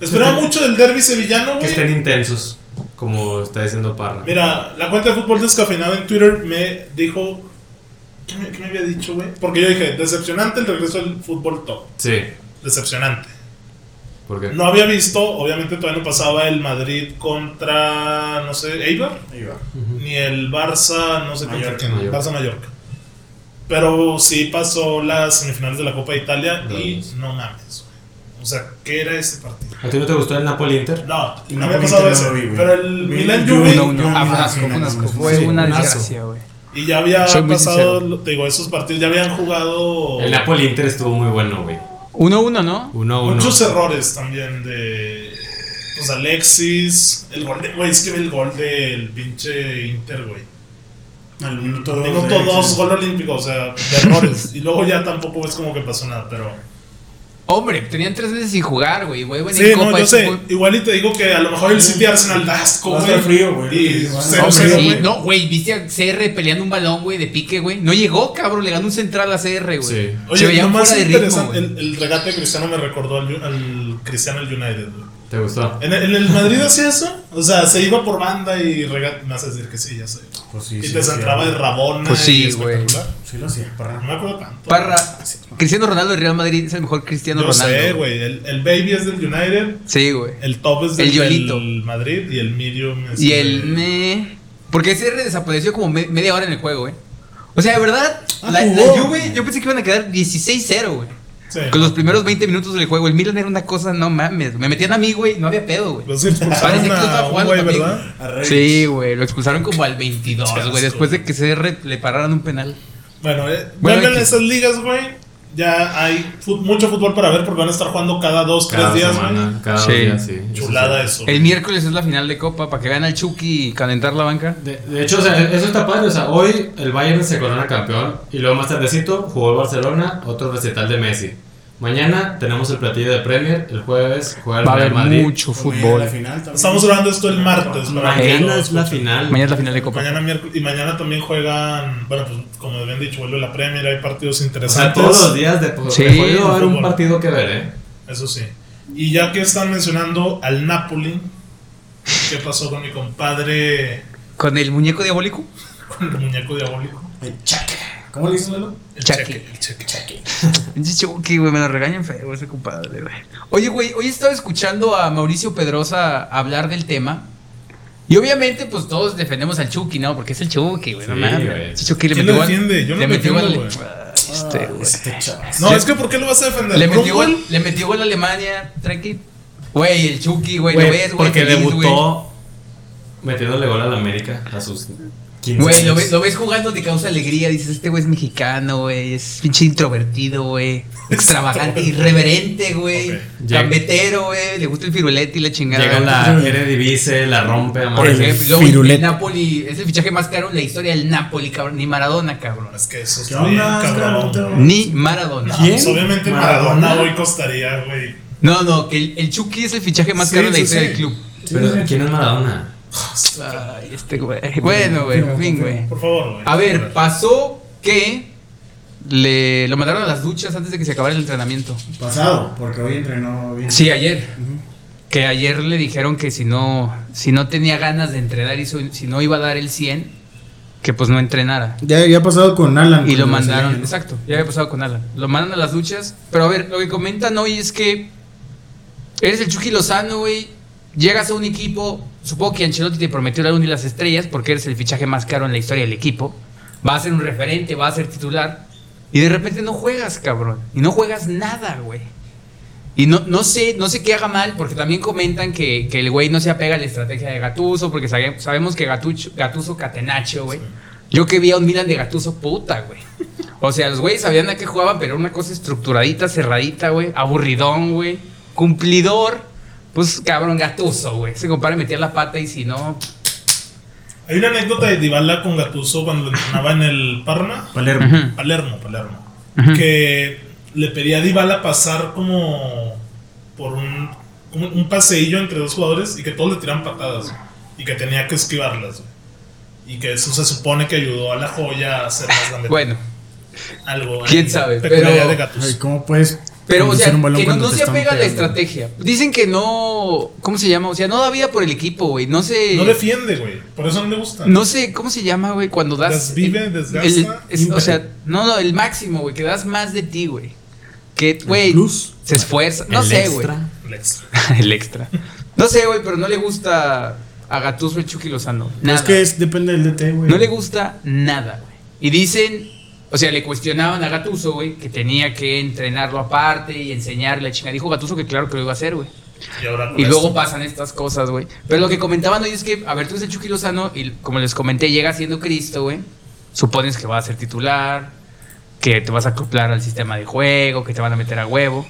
S1: Esperaba mucho del derby sevillano,
S3: Que
S1: güey.
S3: estén intensos, como está diciendo Parra.
S1: Mira, la cuenta de fútbol descafeinado en Twitter me dijo. ¿Qué me, qué me había dicho, güey? Porque yo dije, decepcionante el regreso al fútbol top.
S3: Sí,
S1: Decepcionante.
S3: porque
S1: No había visto, obviamente todavía no pasaba el Madrid contra, no sé, Eibar.
S2: Ahí va.
S1: ni el Barça, no sé
S2: Mallorca,
S1: contra quién,
S3: Mallorca.
S1: Barça Mallorca. Pero sí pasó las semifinales de la Copa de Italia y
S3: Vamos.
S1: no mames. güey. O sea, ¿qué era ese partido?
S3: ¿A ti no te gustó el Napoli-Inter?
S1: No,
S2: Y
S1: no
S2: no
S1: había
S2: vi,
S1: pasado
S2: no
S1: ese.
S2: lo vi, güey.
S1: pero el
S2: Vi
S1: Milan
S2: el
S1: Juve
S2: Juve,
S4: Uno, uno.
S2: yo
S4: Ah,
S2: me
S4: asco,
S2: imagino,
S4: un asco.
S2: no,
S4: Fue
S2: sí,
S4: una
S3: un asco.
S4: desgracia, güey.
S1: y ya había
S4: Soy muy
S1: pasado,
S4: sincero.
S1: lo- te digo, esos partidos ya habían jugado
S3: El Napoli-Inter estuvo muy bueno, güey.
S4: 1-1, ¿no?
S3: 1-1.
S1: muchos errores también de pues, Alexis, el gol de, güey, es que ve el gol del pinche Inter, güey.
S2: Al minuto dos.
S1: Minuto
S2: de-
S1: 2, gol olímpico, o sea, de errores. y luego ya tampoco es como que pasó nada, pero.
S4: Hombre, tenían tres meses sin jugar, güey. Güey, bueno,
S1: Sí,
S4: en
S1: no,
S4: Pues Copa
S1: yo
S4: eso
S1: sé.
S4: fue-
S1: Igual y te digo que a lo mejor el City Arsenal da asco,
S2: Va a
S1: güey.
S2: estar frío, güey.
S1: Y
S2: Va a
S1: cero,
S2: estar
S4: Hombre,
S1: cero,
S4: sí,
S1: güey.
S4: no, güey, viste a CR peleando un balón, güey, de pique, güey. No llegó, cabrón, le ganó un central a CR, güey.
S3: Sí.
S4: Se
S1: Oye, lo
S4: veían
S1: más
S4: fuera de ritmo,
S1: interesante,
S4: güey.
S1: el, el regate de Cristiano me recordó al, al Cristiano el United, güey.
S3: ¿Te gustó?
S1: ¿En, el- en el Madrid hacía eso? O sea, se iba por banda y regate. Me vas a decir que sí, ya sé.
S2: Pues sí,
S1: Y
S2: sí
S1: te
S2: lo
S1: centraba
S2: hacía.
S1: de rabona.
S4: Pues sí,
S1: y espectacular.
S2: Sí lo hacía,
S1: No
S2: parra.
S1: me acuerdo tanto.
S4: Parra, Cristiano Ronaldo del Real Madrid es el mejor Cristiano
S1: Yo
S4: Ronaldo.
S1: sé, güey. El, el Baby es del United.
S4: Sí, güey.
S1: El top es
S4: El
S1: del,
S4: Yolito.
S1: del Madrid y el medium es
S4: Y
S1: del-
S4: el me. Porque ese R desapareció como me- media hora en el juego, güey. O sea, de verdad,
S2: Ah,
S4: la, la
S2: jugó.
S4: Juve, yo pensé que iban a quedar 16-0, güey.
S1: Sí.
S4: Con los primeros 20 minutos del juego, el Milan era una cosa, no mames. Me metían a mí, güey, no había pedo, güey.
S1: Los expulsaron
S4: Parece que
S1: a
S4: lo estaba
S1: un
S4: jugando
S1: güey,
S4: conmigo.
S1: ¿verdad?
S2: Arreglos.
S4: Sí, güey, lo expulsaron como al 22,
S1: Qué
S4: güey,
S1: asco,
S4: después de
S1: güey.
S4: que CR le pararan un penal.
S1: Bueno, eh,
S4: Bueno,
S1: vengan
S4: X.
S1: esas ligas, güey. Ya hay fut- mucho fútbol para ver porque van a estar jugando cada dos,
S3: Cada
S1: tres días,
S3: semana,
S1: güey.
S3: cada
S4: Sí.
S3: día, sí.
S1: Chulada
S3: eso.
S1: eso.
S4: El miércoles es la final de Copa para que vean al Chucky y calentar la banca.
S3: sí. De, de hecho, o sea, eso está padre. O sea, hoy el Bayern se corona campeón y luego más tardecito jugó el Barcelona, otro recital de Messi. Mañana tenemos el platillo de Premier, el jueves juega el
S4: Va a
S3: Real
S4: haber
S3: Madrid.
S4: mucho
S2: Mañana la
S4: fútbol.
S2: final también.
S1: Estamos grabando esto el martes. para que lo
S3: Mañana es la
S1: escuchen.
S3: final.
S4: Mañana es la final de Copa.
S1: Mañana miércoles. Y mañana también juegan. Bueno, pues como habían dicho, vuelve la Premier. Hay partidos
S3: O sea,
S1: interesantes.
S3: todos los días de
S4: Sí.
S3: de juego va a haber un
S1: Fútbol.
S3: partido que ver, ¿eh?
S1: Eso sí. Y ya que están mencionando al Napoli, ¿qué pasó con mi compadre
S4: Con el muñeco diabólico.
S1: con el muñeco diabólico?
S2: El chaca. ¿Cómo le dices, Lalo?
S1: El
S4: Chaque.
S1: cheque, el cheque.
S4: Pinche Chucky, güey, me lo regañan feo ese compadre, güey. Oye, güey, hoy estaba escuchando a Mauricio Pedrosa hablar del tema. Y obviamente, pues todos defendemos al Chucky, ¿no? Porque es el Chucky, güey, no
S3: Sí,
S4: mames.
S3: güey.
S4: Ese Chucky le
S1: ¿Quién lo
S4: metió al-
S1: defiende? Yo no
S4: le
S1: lo
S4: metió
S1: defiendo,
S4: al-
S1: güey. Ah,
S4: Ay, este, güey.
S2: Este chaval.
S1: No, es que ¿por qué lo vas a defender?
S4: Le metió,
S1: ¿Brockwell?
S4: gol, le metió gol a Alemania, tranqui. Güey, el Chucky, güey, lo
S3: Güey,
S4: ves, güey.
S3: Porque
S4: feliz, güey.
S3: debutó metiéndole gol al América a sus 15
S4: Güey, lo,
S3: años.
S4: ves- lo ves jugando, te causa alegría. Dices, este güey es mexicano, güey. Es pinche introvertido, güey. Extravagante, irreverente, güey.
S1: Ok.
S3: Llega-
S4: Gambetero, güey. Le gusta el firulete y la chingada.
S3: Llega a
S4: güey.
S3: la Eredivisie, la rompe a
S4: Por
S2: El
S4: ejemplo, luego
S2: firulete.
S4: el Napoli es el fichaje más caro en la historia del Napoli, cabrón. Ni Maradona, cabrón.
S1: Es que eso es
S2: ¿Qué onda,
S1: bien, cabrón.
S2: Oscar?
S4: Ni Maradona.
S1: No, pues, obviamente
S2: Maradona.
S1: Maradona hoy costaría, güey.
S4: No, no, que el, el Chucky es el fichaje más
S1: Sí,
S4: caro en la
S1: sí,
S4: historia
S1: sí.
S4: del club.
S3: Pero ¿quién es Maradona?
S4: Ay, este güey. Bueno, güey, en fin, güey.
S1: Por favor, güey.
S4: A ver, pasó que le, lo mandaron a las duchas antes de que se acabara el entrenamiento.
S2: Pasado, porque hoy entrenó bien.
S4: Sí, ayer. Que ayer le dijeron que si no, si no tenía ganas de entrenar y su- si no iba a dar el 100, que pues no entrenara.
S2: Ya, ya ha pasado con Alan.
S4: Y lo
S2: con
S4: mandaron,
S2: brasileño,
S4: exacto, ya había pasado con Alan. Lo mandan a las duchas, pero a ver, lo que comentan hoy es que eres el Chucky Lozano, güey. Llegas a un equipo, supongo que Ancelotti te prometió la luna y las estrellas porque eres el fichaje más caro en la historia del equipo. Va a ser un referente, va a ser titular. Y de repente no juegas, cabrón. Y no juegas nada, güey. Y no, no sé, no sé qué haga mal, porque también comentan que, que el güey no se apega a la estrategia de Gatuso, porque sabe- sabemos que Gatucho, Gatuso Catenacho, güey. Yo que vi a un Milan de Gatuso, puta, güey. O sea, los güeyes sabían a qué jugaban, pero era una cosa estructuradita, cerradita, güey. Aburridón, güey. Cumplidor. Pues cabrón, Gatuso, güey. Se compara metía la pata y si no.
S1: Hay una anécdota de Dybala con Gattuso cuando lo entrenaba en el Parma.
S2: Palermo.
S4: Ujú.
S1: Palermo, Palermo.
S4: Ujú.
S1: Que le pedía a Dybala pasar como por un, como un paseillo entre dos jugadores y que todos le tiran patadas güey, y que tenía que esquivarlas. güey. Y que eso se supone que ayudó a la joya a hacer más grande.
S4: Bueno.
S1: algo.
S4: quién
S1: ahí,
S4: sabe,
S1: peculiaridad
S4: pero-
S1: de Gattuso.
S2: Ay, ¿Cómo puedes
S4: Pero, o
S2: conducir
S4: sea,
S2: un balón
S4: que no,
S2: cuando
S4: no
S2: te
S4: se
S2: están
S4: apega a la
S2: pegando?
S4: estrategia. Dicen que no. ¿Cómo se llama? O sea, no da vida por el equipo, güey. No se.
S1: No defiende, güey. Por eso no le gusta.
S4: No sé, ¿cómo se llama, güey? Cuando das.
S1: Desvive,
S4: el-
S1: desgasta,
S4: el- es- o
S1: ímpetu.
S4: sea, no, no, el máximo, güey, que das más de ti, güey. Que, güey,
S2: plus?
S4: se esfuerza. No
S3: El
S4: sé, güey.
S3: extra.
S1: Lex.
S4: el extra. No sé, güey, pero no le gusta a Gatuso el Chucky Lozano.
S2: No,
S4: Nada.
S2: Es que es, depende del DT, güey.
S4: No le gusta nada, güey. Y dicen, o sea, le cuestionaban a Gatuso, güey, que tenía que entrenarlo aparte y enseñarle a chingar. Dijo Gatuso que claro que lo iba a hacer, güey.
S1: Y, ahora con
S4: Y
S1: esto.
S4: luego pasan estas cosas, güey. Pero lo que comentaban hoy es que, a ver, tú eres el Chucky Lozano y como les comenté, llega siendo Cristo, güey. Supones que vas a ser titular, que te vas a acoplar al sistema de juego, que te van a meter a huevo.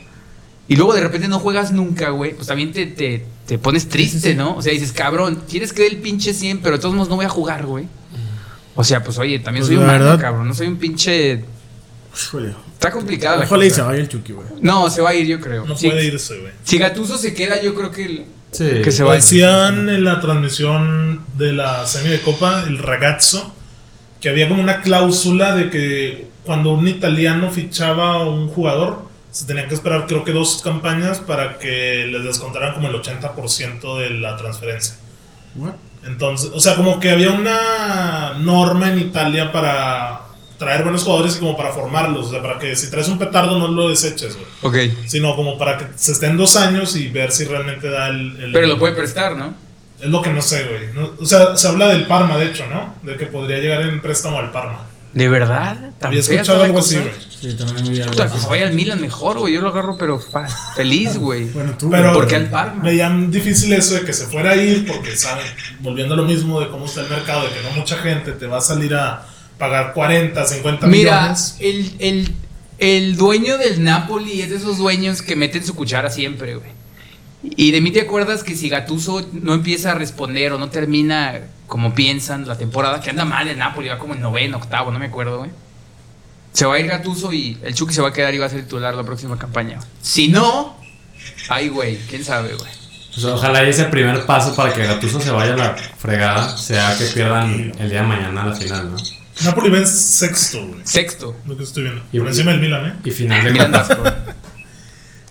S4: Y luego de repente no juegas nunca, güey. Pues también te, te- te pones triste, ¿no? O sea, dices, cabrón, quieres que dé el pinche 100, pero de todos modos no voy a jugar, güey. O sea, pues oye, también
S2: Pues,
S4: soy
S2: la
S4: humano,
S2: verdad.
S4: cabrón. No soy un pinche...
S2: Híjole.
S4: Está complicada Ah, la
S2: Ojalá y se
S4: cosa.
S2: vaya el Chucky, güey.
S4: No, se va a ir, yo creo.
S1: No
S4: si,
S1: puede irse, güey.
S4: si Gatuso se queda, yo creo que... el-
S2: Eh,
S3: Sí.
S4: Que se
S1: Lo
S4: vaya.
S1: decían en la transmisión de la semi de Copa, el ragazzo, que había como una cláusula de que cuando un italiano fichaba a un jugador, se tenía que esperar creo que dos campañas para que les descontaran como el 80% de la transferencia.
S2: What?
S1: Entonces, o sea, como que había una norma en Italia para traer buenos jugadores y como para formarlos, o sea, para que si traes un petardo no lo deseches, güey.
S4: Ok.
S1: Sino como para que se estén dos años y ver si realmente da el... el-
S4: Pero lo puede prestar, ¿no?
S1: es lo que no sé, güey. No- o sea, se habla del Parma, de hecho, ¿no? De que podría llegar en préstamo al Parma.
S4: ¿De verdad? ¿Tan
S1: Había escuchado
S4: fea está la
S1: algo
S4: cosa?
S1: así, güey.
S2: Sí, también me
S4: Puta, que se vaya al Milan mejor, güey. Yo lo agarro, pero fa- feliz, güey.
S2: Bueno, tú.
S1: Pero-
S2: güey.
S4: Porque al Parma.
S1: Veían difícil eso de que se fuera a ir, porque, ¿saben? Volviendo a lo mismo de cómo está el mercado, de que no mucha gente te va a salir a pagar 40, 50
S4: Mira,
S1: millones.
S4: el, el, el dueño del Napoli es de esos dueños que meten su cuchara siempre, güey. Y de mí te acuerdas que si Gatuso no empieza a responder o no termina como piensan la temporada, que anda mal el Napoli, va como en noveno, octavo, no me acuerdo, güey. Se va a ir Gatuso y el Chucky se va a quedar y va a ser titular la próxima campaña. güey. Si no, ay, güey, quién sabe, güey.
S3: Pues ojalá y ese primer paso para que Gatuso se vaya a la fregada sea que pierdan el día de mañana la final, ¿no?
S1: Napoli ven sexto, güey.
S4: Sexto.
S1: Lo que estoy viendo.
S3: Y-
S1: Por encima del Milan, ¿eh?
S3: Y final de
S4: Milan
S3: cuentas.
S4: Vasco.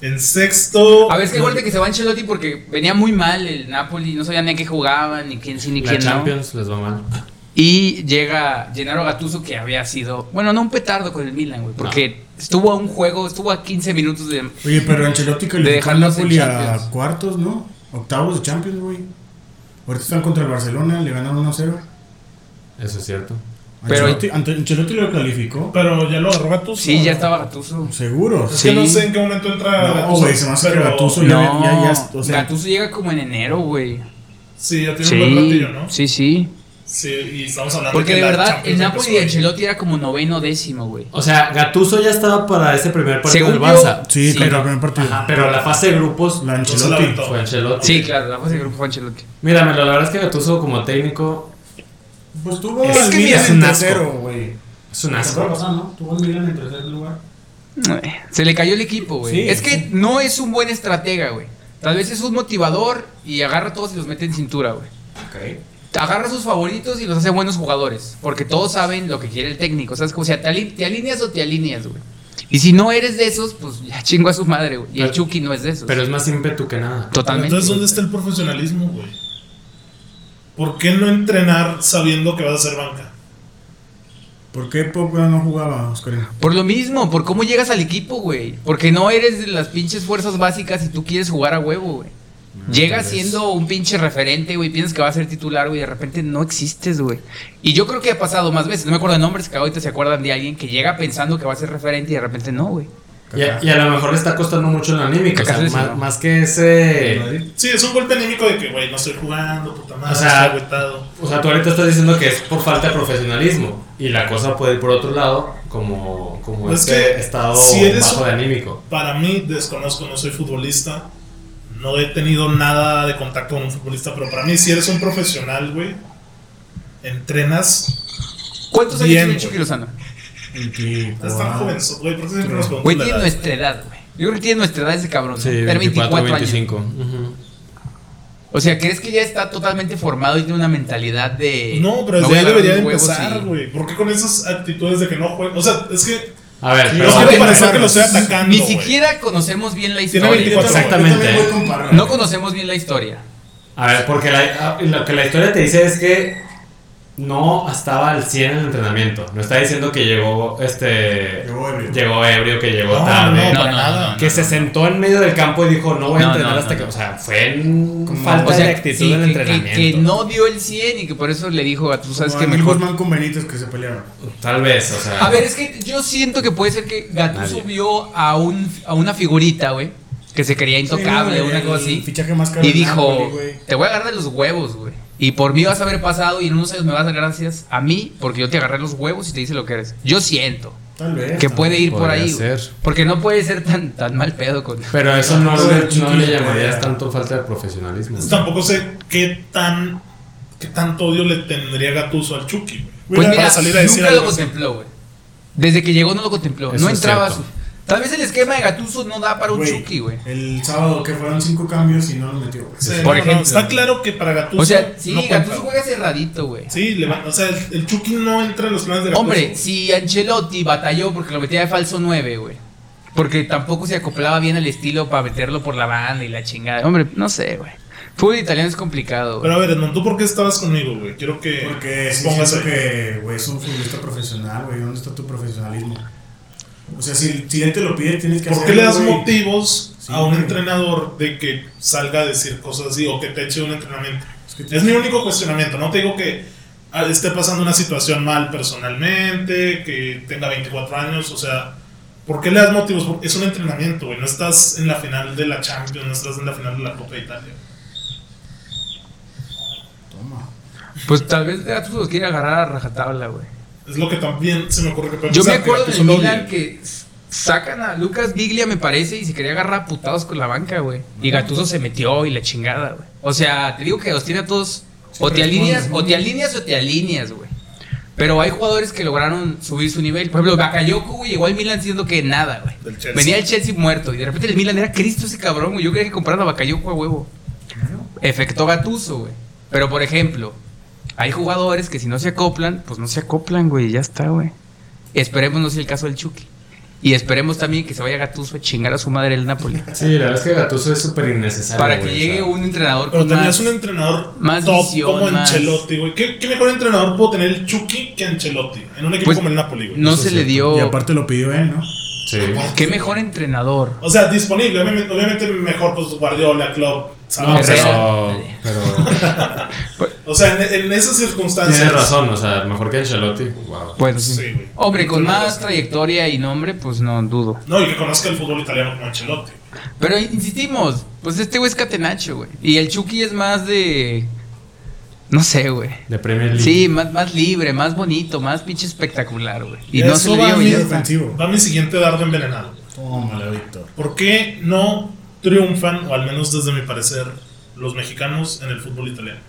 S1: En sexto.
S4: A ver, es que golpe que se va Ancelotti porque venía muy mal el Napoli, no sabían ni a qué jugaban, ni quién sí, ni
S3: La
S4: quién no.
S3: Champions les va mal.
S4: Y llega Gennaro Gattuso que había sido, bueno, no un petardo con el Milan, güey, porque estuvo a un juego, estuvo a 15 minutos de
S2: Oye, pero Ancelotti calificó al
S4: dejarlos en
S2: Napoli a
S4: Champions.
S2: cuartos, ¿no? Octavos de Champions, güey. Ahorita están contra el Barcelona, le ganaron 1-0.
S3: Eso es cierto.
S4: Pero-
S2: Ancelotti, Ante- Ancelotti lo calificó.
S1: Pero ya lo agarró Gattuso.
S4: Sí, ya estaba Gattuso.
S2: Seguro.
S1: Es
S4: Sí.
S1: que no sé en qué momento entra
S2: No,
S1: Gattuso,
S2: güey, se me hace que
S1: pero-
S2: Gattuso- Ya-
S4: No,
S2: ya- ya- o sea-
S4: Gattuso llega como en enero, güey.
S1: Sí, ya tiene un buen
S4: Sí,
S1: ratillo, ¿no?
S4: sí, sí.
S1: Sí, y estamos hablando
S4: Porque
S1: que
S4: de
S1: la
S4: verdad,
S1: Champions
S4: el Napoli de
S1: empezó ahí.
S4: Ancelotti era como noveno décimo, güey.
S3: O sea, Gatuso ya estaba para ese primer partido del
S4: Según
S3: Barça.
S4: yo-
S2: Sí,
S4: Sí.
S2: contra el primer partido.
S3: Ajá, pero la fase de grupos
S2: La
S1: Entonces Pues la
S2: Ancelotti.
S1: aventó.
S3: fue Ancelotti.
S4: Sí, claro, la fase de grupo fue Ancelotti.
S3: Mírame, la verdad es que Gatuso como técnico
S2: Pues tuvo
S3: Es
S2: al
S3: que
S2: Milan
S3: mira, es
S2: en
S3: un asco.
S2: tercero, güey.
S3: es un
S2: ¿Te acuerdas,
S3: asco.
S2: no? Tuvo al Milan en tercer lugar.
S4: Eh, Se le cayó el equipo, güey.
S2: Sí,
S4: es que
S2: sí.
S4: no es un buen estratega, güey. Tal vez es un motivador y agarra a todos y los mete en cintura, güey. Agarra a sus favoritos y los hace buenos jugadores. Porque todos saben lo que quiere el técnico. ¿Sabes? Como, o sea, te, ali- te alineas o te alineas, güey. Y si no eres de esos, pues ya chingo a su madre, güey. Y el
S3: Pero-
S4: Chucky no es de esos.
S3: Pero es más ímpetu que nada.
S4: Totalmente.
S1: Entonces, ¿dónde
S4: güey.
S1: está el profesionalismo, güey? ¿Por qué no entrenar sabiendo que vas a ser banca?
S2: ¿Por qué Pogba no jugaba, Oscar?
S4: Por lo mismo, por cómo llegas al equipo, güey. Porque no eres de las pinches fuerzas básicas y tú quieres jugar a huevo, güey. Llegas
S3: Ah, tal vez.
S4: siendo un pinche referente, güey. Piensas que va a ser titular, güey. y De repente no existes, güey. Y yo creo que ha pasado más veces. No me acuerdo de nombres que ahorita se acuerdan de alguien que llega pensando que va a ser referente y de repente no, güey.
S3: Y a, y a lo mejor le está costando mucho la anímica. o sea,
S4: Cacazos,
S3: más,
S4: ¿no?
S3: más que ese.
S2: Madrid.
S1: Sí, es un golpe anímico de que, güey, no estoy jugando, puta madre,
S3: O sea,
S1: estoy agüitado.
S3: O sea, tú ahorita estás diciendo que es por falta de profesionalismo. Y la cosa puede ir por otro lado, como, como
S1: Es
S3: este
S1: Pues que
S3: estado
S1: si eres
S3: bajo
S1: un-
S3: de anímico.
S1: Para mí, desconozco, no soy futbolista. No he tenido nada de contacto con un futbolista, pero para mí, si eres un profesional, güey, entrenas.
S4: ¿Cuántos años
S1: Bien,
S4: tiene
S1: güey.
S4: Chucky Lozano?
S1: Estás tan joven, güey, ¿por qué siempre nos preguntan
S4: Güey,
S1: la
S4: tiene
S1: edad?
S4: nuestra edad, güey. Yo creo que tiene nuestra edad ese cabrón. ¿no? Tiene 24 años.
S3: Ujú.
S4: O sea, ¿crees que ya está totalmente formado y tiene una mentalidad de.
S1: No, pero desde
S4: voy a
S1: ahí
S4: agarrar
S1: debería de
S4: los huevos
S1: empezar,
S4: y-
S1: güey. ¿Por qué con esas actitudes de que no juega? O sea, es que
S3: A ver,
S2: Sí,
S3: pero.
S1: no
S4: es
S1: quiero
S4: que-
S1: parecer que lo estoy atacando.
S4: Ni
S1: güey.
S4: siquiera conocemos bien la historia.
S1: 24
S3: Exactamente.
S4: No conocemos bien la historia.
S3: A ver, porque la- ah, lo que la historia te dice es que no estaba al 100 en el entrenamiento. No está diciendo que llegó este
S2: Llegó ebrio.
S3: llegó ebrio, que llegó
S1: Ah, No,
S3: tarde.
S1: no,
S4: No,
S1: para
S4: no,
S1: nada.
S4: no,
S3: que se sentó en medio del campo y dijo, no voy a
S4: No,
S3: entrenar
S4: no,
S3: hasta
S4: no,
S3: que...
S4: no.
S3: O sea, fue en
S2: Como-
S3: falta
S4: O sea,
S3: de actitud
S4: sí,
S3: en el
S4: que- que-
S3: entrenamiento.
S4: Que, no dio el 100 y que por eso le dijo a tú sabes que
S2: mejor.
S4: mejor.
S2: Guzmán con Benítez que se pelearon.
S3: Tal vez, o sea...
S4: A ver, es que yo siento que puede ser que Gattuso
S3: Nadie.
S4: vio a, un, a una figurita, güey, que se creía intocable,
S2: Sí, no,
S4: una
S2: el
S4: cosa así.
S2: Fichaje más caro
S4: Y
S2: del
S4: dijo,
S2: Napoli, güey.
S4: te voy a agarrar de los huevos, güey. Y por mí vas a haber pasado y en unos años me vas a dar gracias a mí porque yo te agarré los huevos y te hice lo que eres. Yo siento
S2: Tal vez.
S4: que puede ir por
S3: Podría
S4: ahí, güey.
S3: ser.
S4: Porque no puede ser tan, tan mal pedo con...
S3: Pero eso no,
S2: Pero
S3: le-
S2: el
S3: no le
S2: chiquito,
S3: llamarías
S2: ya.
S3: tanto falta de profesionalismo.
S1: Entonces, tampoco sé qué tan qué tanto odio le tendría Gatuso al Chucky, güey.
S4: Pues
S1: Para
S4: mira,
S1: salir a decir
S4: nunca
S1: algo
S4: lo
S1: así.
S4: contempló, güey. Desde que llegó no lo contempló.
S3: Eso
S4: no
S3: es
S4: entraba a su.
S3: cierto.
S4: Tal vez el esquema de Gatuso no da para un
S2: Güey,
S4: Chucky, güey.
S2: El sábado que fueron cinco cambios y no los metió, güey.
S1: Sí,
S4: Por
S1: no, no,
S4: ejemplo.
S1: está claro que para Gatuso
S4: O sea, sí,
S1: no
S4: Gattuso
S1: cuenta, güey.
S4: juega cerradito, güey.
S1: Sí, le va- o sea, el, el Chucky no entra en los planes de Gatuso.
S4: Hombre, si Ancelotti batalló porque lo metía de falso 9, güey. Porque tampoco se acoplaba bien al estilo para meterlo por la banda y la chingada. Hombre, no sé, güey. Fútbol italiano es complicado,
S1: Pero
S4: güey.
S1: a ver, Edmond, ¿tú por qué estabas conmigo, güey? Quiero que
S2: Porque sí
S1: pongas
S2: siento
S1: ahí.
S2: que, güey, es un futbolista profesional, güey. ¿Dónde está tu profesionalismo? O sea, si, si él te lo pide, tienes que
S1: ¿Por qué
S2: hacerlo,
S1: le das
S2: güey.
S1: motivos
S2: Sí,
S1: a un
S2: güey.
S1: entrenador de que salga a decir cosas así o que te eche un entrenamiento?
S2: Es que
S1: Es mi único cuestionamiento. No te digo que ah, esté pasando una situación mal personalmente, que tenga 24 años, o sea, ¿por qué le das motivos? Por- Es un entrenamiento, güey. No estás en la final de la Champions, no estás en la final de la Copa de Italia.
S2: Toma.
S4: Pues tal vez Gattuso los quiere agarrar a rajatabla, güey.
S1: Es lo que también se me ocurre que puede
S4: Yo me
S1: pasar, que
S4: acuerdo del
S1: Gattuso lo odie.
S4: Milan que s- sacan a Lucas Biglia, me parece, y se quería agarrar a putados con la banca, güey. Y Gatuso se metió y la chingada, güey. O sea, te digo que los tiene a todos. O te
S2: responde,
S4: alineas,
S2: ¿no?
S4: o te alineas, o te alineas, güey. Pero hay jugadores que lograron subir su nivel. Por ejemplo, Bakayoko, güey, llegó al Milan siendo que nada, güey.
S1: Del Chelsea.
S4: Venía el Chelsea muerto. Y de repente el Milan era Cristo ese cabrón, güey. Yo creía que compraron a Bakayoko a huevo. Efecto Gatuso, güey. Pero por ejemplo, hay jugadores que si no se acoplan, pues no se acoplan, güey, ya está, güey. Esperemos no sea el caso del Chucky. Y esperemos también que se vaya Gattuso a chingar a su madre el Napoli.
S3: Sí, la verdad es que Gatuso es súper innecesario.
S4: Para que
S3: güey,
S4: llegue
S3: o sea.
S4: un entrenador
S1: Pero
S4: con
S1: tenías
S4: más.
S1: un entrenador
S4: más
S1: top
S4: visión,
S1: como
S4: más-
S1: Ancelotti, güey. ¿Qué, qué mejor entrenador pudo tener el Chucky que Ancelotti? En un equipo
S4: Pues,
S1: como el Napoli, güey.
S4: No
S2: Eso
S4: se
S2: es
S4: le
S2: cierto.
S4: dio.
S2: Y aparte lo pidió él, ¿no?
S3: Sí.
S4: Qué mejor entrenador.
S1: O sea, disponible. Obviamente, obviamente mejor, pues Guardiola, Klopp.
S4: No,
S1: ¿sabes?
S3: Pero, pero
S1: o sea, en, en esas circunstancias.
S3: tienes razón, o sea, mejor que Ancelotti. Wow.
S4: Bueno, sí.
S1: Sí, güey.
S4: Hombre, con más trayectoria y nombre, pues no dudo.
S1: No, y que conozca el fútbol italiano como Ancelotti.
S4: Pero insistimos, pues este güey es catenacho, güey. Y el Chucky es más de. No sé, güey.
S3: De Premier League.
S4: Sí, más, más libre, más bonito, más pinche espectacular, güey. Y no se
S1: Eso
S4: le
S1: va a
S4: dio
S1: mí-
S4: ya.
S2: defensivo.
S1: Va mi siguiente dardo envenenado.
S2: Tómala, Víctor.
S1: ¿Por qué no triunfan, o al menos desde mi parecer, los mexicanos en el fútbol italiano?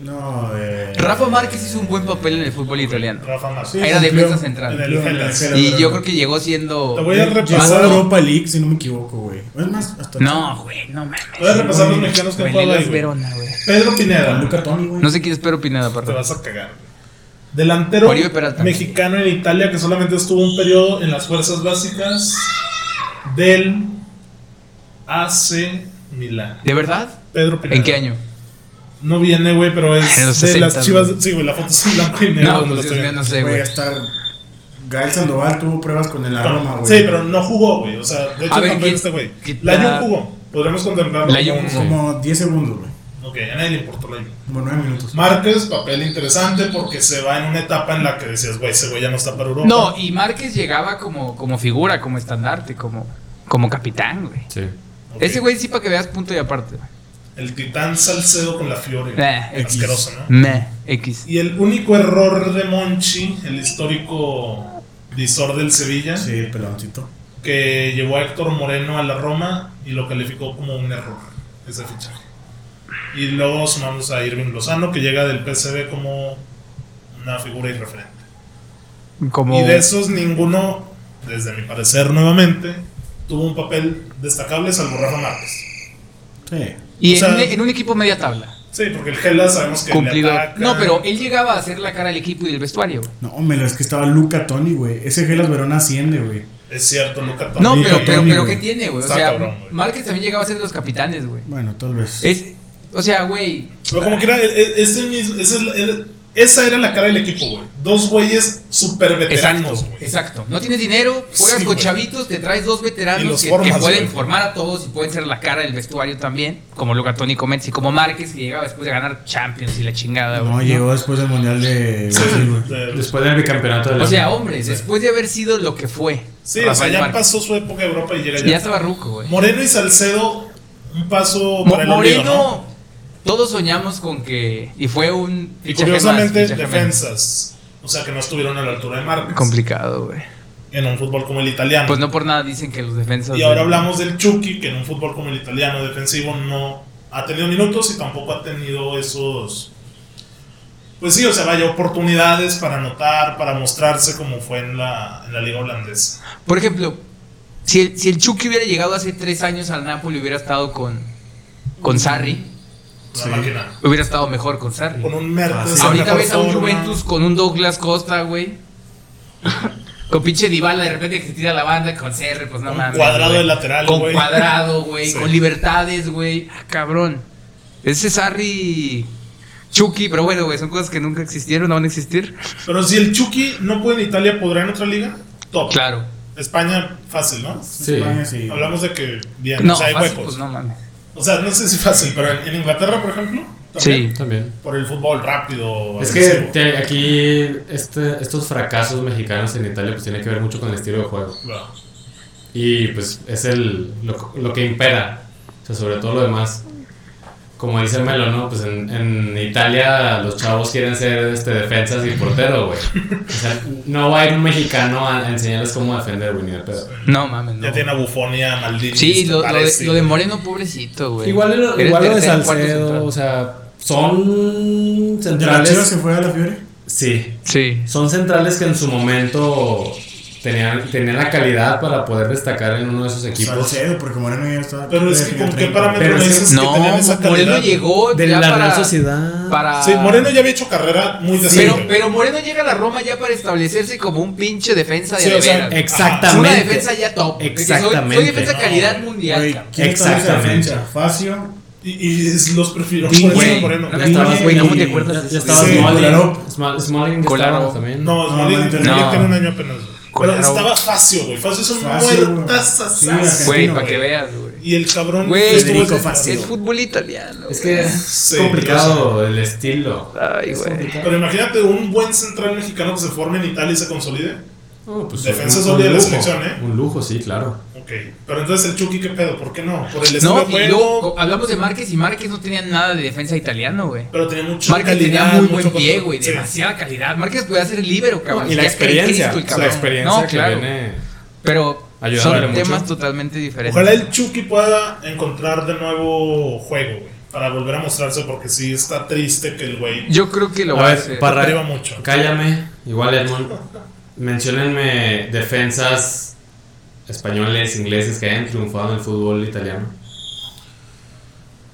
S2: No, eh.
S4: Rafa Márquez hizo un buen papel en el fútbol italiano.
S1: Rafa Márquez.
S2: Sí,
S4: Era
S2: cumplió
S4: defensa central.
S2: en el
S1: Y
S2: Hellas.
S4: Y yo creo que llegó siendo.
S1: Te voy a repasar.
S2: Llegó a
S4: Más-
S2: Europa League, si no me equivoco, güey. Es más, hasta.
S4: No, güey, no mames.
S1: Voy a repasar los mexicanos que han jugado ahí.
S4: Las
S1: güey.
S4: Verona, güey.
S1: Pedro Pineda.
S2: Luca Toni, güey.
S4: No sé quién es Pedro Pineda,
S1: Te
S4: perdón.
S1: vas a cagar. güey. Delantero
S4: Oribe Peralta.
S1: mexicano en Italia que solamente estuvo un periodo en las fuerzas básicas del AC Milán.
S4: ¿De verdad?
S1: Pedro Pineda.
S4: ¿En qué año?
S1: No viene, güey, pero es
S4: En los
S1: de
S4: 60,
S1: las chivas.
S4: güey.
S1: Sí, güey, la foto es en blanco y negro.
S4: No,
S1: donde
S4: pues
S1: lo
S4: Dios
S1: estoy
S4: mío, no
S1: viendo.
S4: sé,
S2: Güey,
S4: güey.
S2: hasta Gael Sandoval tuvo pruebas con el aroma, güey.
S1: Ah, Sí, pero no jugó, güey. O sea, de hecho,
S4: A ver,
S1: tampoco
S4: ¿quién-
S1: este güey.
S4: quién-
S1: Layun
S4: la-
S1: jugó. Podremos contemplarlo.
S4: Layun
S1: como-
S4: jugó.
S2: Como 10 segundos, güey.
S1: Ok, a nadie le importó Layun.
S2: Como 9 minutos.
S1: Márquez, papel interesante porque se va en una etapa en la que decías, güey, ese güey ya no está para Europa.
S4: No, y Márquez llegaba como, como figura, como estandarte, como, como capitán, güey.
S3: Sí.
S1: Ok.
S4: Ese güey sí para que veas punto y aparte. güey.
S1: El titán Salcedo con la Fiore.
S4: Eh,
S1: Asqueroso, ¿no?
S4: Meh, X.
S1: Y el único error de Monchi, el histórico visor del Sevilla,
S2: Sí, el peloncito.
S1: que llevó a Héctor Moreno a la Roma y lo calificó como un error, ese fichaje. Y luego sumamos a Irving Lozano, que llega del PSV como una figura irreferente.
S4: Como.
S1: Y de esos ninguno, desde mi parecer nuevamente, tuvo un papel destacable salvo Rafa Márquez.
S2: Sí.
S1: o
S4: y en,
S1: sea-
S4: un- e, en un equipo media tabla.
S1: Sí, porque el Hellas sabemos que
S4: Cumplido.
S1: le ataca.
S4: No, pero él llegaba a hacer la cara del equipo y del vestuario. güey.
S2: No, hombre, es que estaba Luca Toni, güey. Ese Gelas Verona asciende, güey.
S1: Es cierto, Luca
S4: No,
S1: Toni,
S4: pero,
S1: güey.
S4: pero,
S2: Tony,
S4: pero
S2: güey.
S4: ¿qué tiene, güey? O
S1: Está
S4: sea,
S1: cabrón, güey.
S4: Márquez también llegaba a ser de los capitanes, güey.
S2: Bueno, tal vez.
S4: Es, o sea, güey.
S1: Pero como que era, e- e- ese mismo- esa, es la- era- esa era la cara del equipo, güey. Dos güeyes super
S4: Exacto,
S1: veteranos, güey.
S4: exacto. No tienes dinero, juegas
S1: Sí,
S4: con
S1: güey.
S4: chavitos, te traes dos
S1: Y
S4: veteranos
S1: los
S4: que,
S1: formas,
S4: que pueden
S1: güey.
S4: formar a todos y pueden ser la cara del vestuario también, como Luca Toni Comets y como Márquez, que llegaba después de ganar Champions y la chingada,
S2: No,
S4: güey.
S2: llegó después del Mundial de Brasil, güey.
S1: Eh,
S3: Después del bicampeonato de la
S4: O sea, hombres, después de haber sido lo que fue.
S1: Sí, o sea,
S4: Rafael
S1: ya
S4: Márquez,
S1: pasó su época de Europa y llega
S4: ya
S1: ya.
S4: estaba ruco, güey.
S1: Moreno y Salcedo, un paso
S4: Mo-
S1: para el
S4: Moreno,
S1: olvido, ¿no?
S4: todos soñamos con que. Y fue un.
S1: Y
S4: fichaje más,
S1: curiosamente,
S4: fichaje menos.
S1: defensas. O sea, que no estuvieron a la altura de Márquez.
S4: Complicado, güey.
S1: en un fútbol como el italiano.
S4: Pues no por nada dicen que los defensas.
S1: y ahora
S4: del-
S1: hablamos del Chucky, que en un fútbol como el italiano defensivo no ha tenido minutos y tampoco ha tenido esos. Pues sí, o sea, vaya oportunidades para anotar, para mostrarse como fue en la, en la liga holandesa.
S4: Por ejemplo, si el, si el Chucky hubiera llegado hace tres años al Napoli, hubiera estado con, con Sarri,
S1: La
S2: Sí.
S1: máquina.
S4: hubiera estado mejor con Sarri.
S1: Con un Mertens. en
S4: Ah, Ahorita
S1: mejor
S4: ves a un
S1: forma.
S4: Juventus con un Douglas Costa, güey. con pinche Dybala de repente que se tira la banda, con CR, pues no
S1: Con
S4: mames.
S1: cuadrado
S4: güey.
S1: de lateral,
S4: Con
S1: güey.
S4: cuadrado, güey.
S1: Sí.
S4: Con libertades, güey. Ah, cabrón. Ese Sarri. Chucky, pero bueno, güey, son cosas que nunca existieron, no van a existir.
S1: Pero si el Chucky no puede en Italia, ¿podrá en otra liga? Top.
S4: Claro.
S1: España, fácil, ¿no?
S3: Sí.
S2: España, sí.
S1: Hablamos de que bien,
S4: No,
S1: o sea, hay
S4: fácil,
S1: huecos.
S4: pues no mames.
S1: O sea, no sé si fácil, pero en, en Inglaterra, por ejemplo, también,
S4: Sí.
S3: También.
S1: por el fútbol rápido.
S3: Es que
S1: agresivo.
S3: te- aquí este- estos fracasos mexicanos en Italia pues tiene que ver mucho con el estilo de juego.
S1: Bueno.
S3: Y pues es el, lo, lo que impera, o sea, sobre todo lo demás. Como dice el Melo, ¿no? Pues en, en Italia los chavos quieren ser este, defensas y portero, güey. O sea, no va a ir un mexicano a, a enseñarles cómo defender, güey, ni de pedo.
S4: No mames, no.
S1: Ya tiene a Buffon y a Maldini.
S4: Sí, lo, lo de,
S1: Parece.
S4: lo de Moreno, pobrecito, güey.
S3: Igual, lo-
S4: Eres
S3: igual lo de
S4: tercer, cuarto central.
S3: Salcedo, o sea, son
S2: ¿De la Chivas
S3: centrales.
S2: se fue a la Fiore?
S3: Sí,
S4: Sí.
S3: son centrales que en su momento Tenían, tenían la calidad para poder destacar en uno de esos equipos.
S2: Salcedo, porque Moreno ya estaba.
S1: Pero es que,
S2: tenía
S1: ¿con qué
S2: 30.
S1: parámetro
S3: Pero
S1: me
S3: es que-
S1: dices que
S4: No,
S1: tenían esa
S4: Moreno
S1: calidad?
S4: llegó
S3: De
S4: ya
S3: la Real
S4: para-
S3: Sociedad.
S4: para-
S1: Sí, Moreno ya había hecho carrera muy
S4: pero,
S1: decente.
S4: pero Moreno llega a la Roma ya para establecerse como un pinche defensa de
S1: Sí, o sea,
S4: veras.
S1: Exactamente.
S4: Una defensa ya top. de que soy- Soy,
S3: Exactamente.
S4: defensa calidad mundial.
S2: Güey,
S4: cabrón.
S2: ¿quién está en esa
S3: Exactamente.
S2: defensa? Facio.
S1: Y, y es- los prefirió
S2: Sí,
S1: por eso
S2: güey.
S1: a Moreno.
S4: No, estabas, güey, ¿cómo te acuerdas?
S3: Ya estaba
S1: Sí,
S3: Smalling.
S2: Kolarov.
S3: Sma- Smalling
S4: Kolarov.
S3: estaba también.
S1: No,
S2: No,
S1: Moreno
S2: no,
S1: tiene
S4: no.
S1: tiene un año apenas. güey. Pero
S4: Colorado.
S1: estaba Facio, güey. Facio es un
S2: Facio,
S1: muertazazazo.
S2: sí, argentino,
S4: Güey, para
S2: güey.
S4: que veas, güey.
S1: Y el cabrón
S4: Güey,
S1: estuvo
S2: Federico
S1: en-
S2: Facio.
S4: Es fútbol italiano.
S3: Es que es
S1: Sí,
S3: complicado el estilo.
S4: Ay, güey.
S1: Pero imagínate un buen central mexicano que se forme en Italia y se consolide.
S3: Oh, pues,
S1: Defensa
S3: un-
S1: sólida
S3: un
S1: de la
S3: lujo,
S1: selección, ¿eh?
S3: Un lujo, sí, claro.
S1: Ok. Pero entonces el Chucky, ¿qué pedo? ¿Por qué no? Por el estilo
S4: No,
S1: de
S4: y
S1: juego.
S4: luego co- hablamos de Márquez y Márquez no tenía nada de defensa italiano, güey.
S1: Pero tenía mucha
S4: Márquez
S1: calidad.
S4: tenía muy buen
S1: mucho
S4: pie,
S1: control.
S4: güey.
S1: Sí.
S4: Demasiada calidad. Márquez podía ser el líbero, cabrón.
S3: Y la
S4: Ya cae
S3: experiencia,
S4: Cristo, el
S3: la
S4: cabrón.
S3: experiencia
S4: No,
S3: que
S4: claro.
S3: viene.
S4: Pero
S3: Ayudándole
S4: son
S3: mucho.
S4: temas totalmente diferentes.
S1: Ojalá el Chucky pueda encontrar de nuevo juego, güey. Para volver a mostrarse, porque sí está triste que el güey
S4: Yo creo que lo
S3: A
S4: va a
S3: ver,
S4: hacer.
S3: para-
S1: arriba mucho.
S3: Cállame, igual Edmond. Menciónenme defensas españoles, ingleses que hayan triunfado en el fútbol italiano.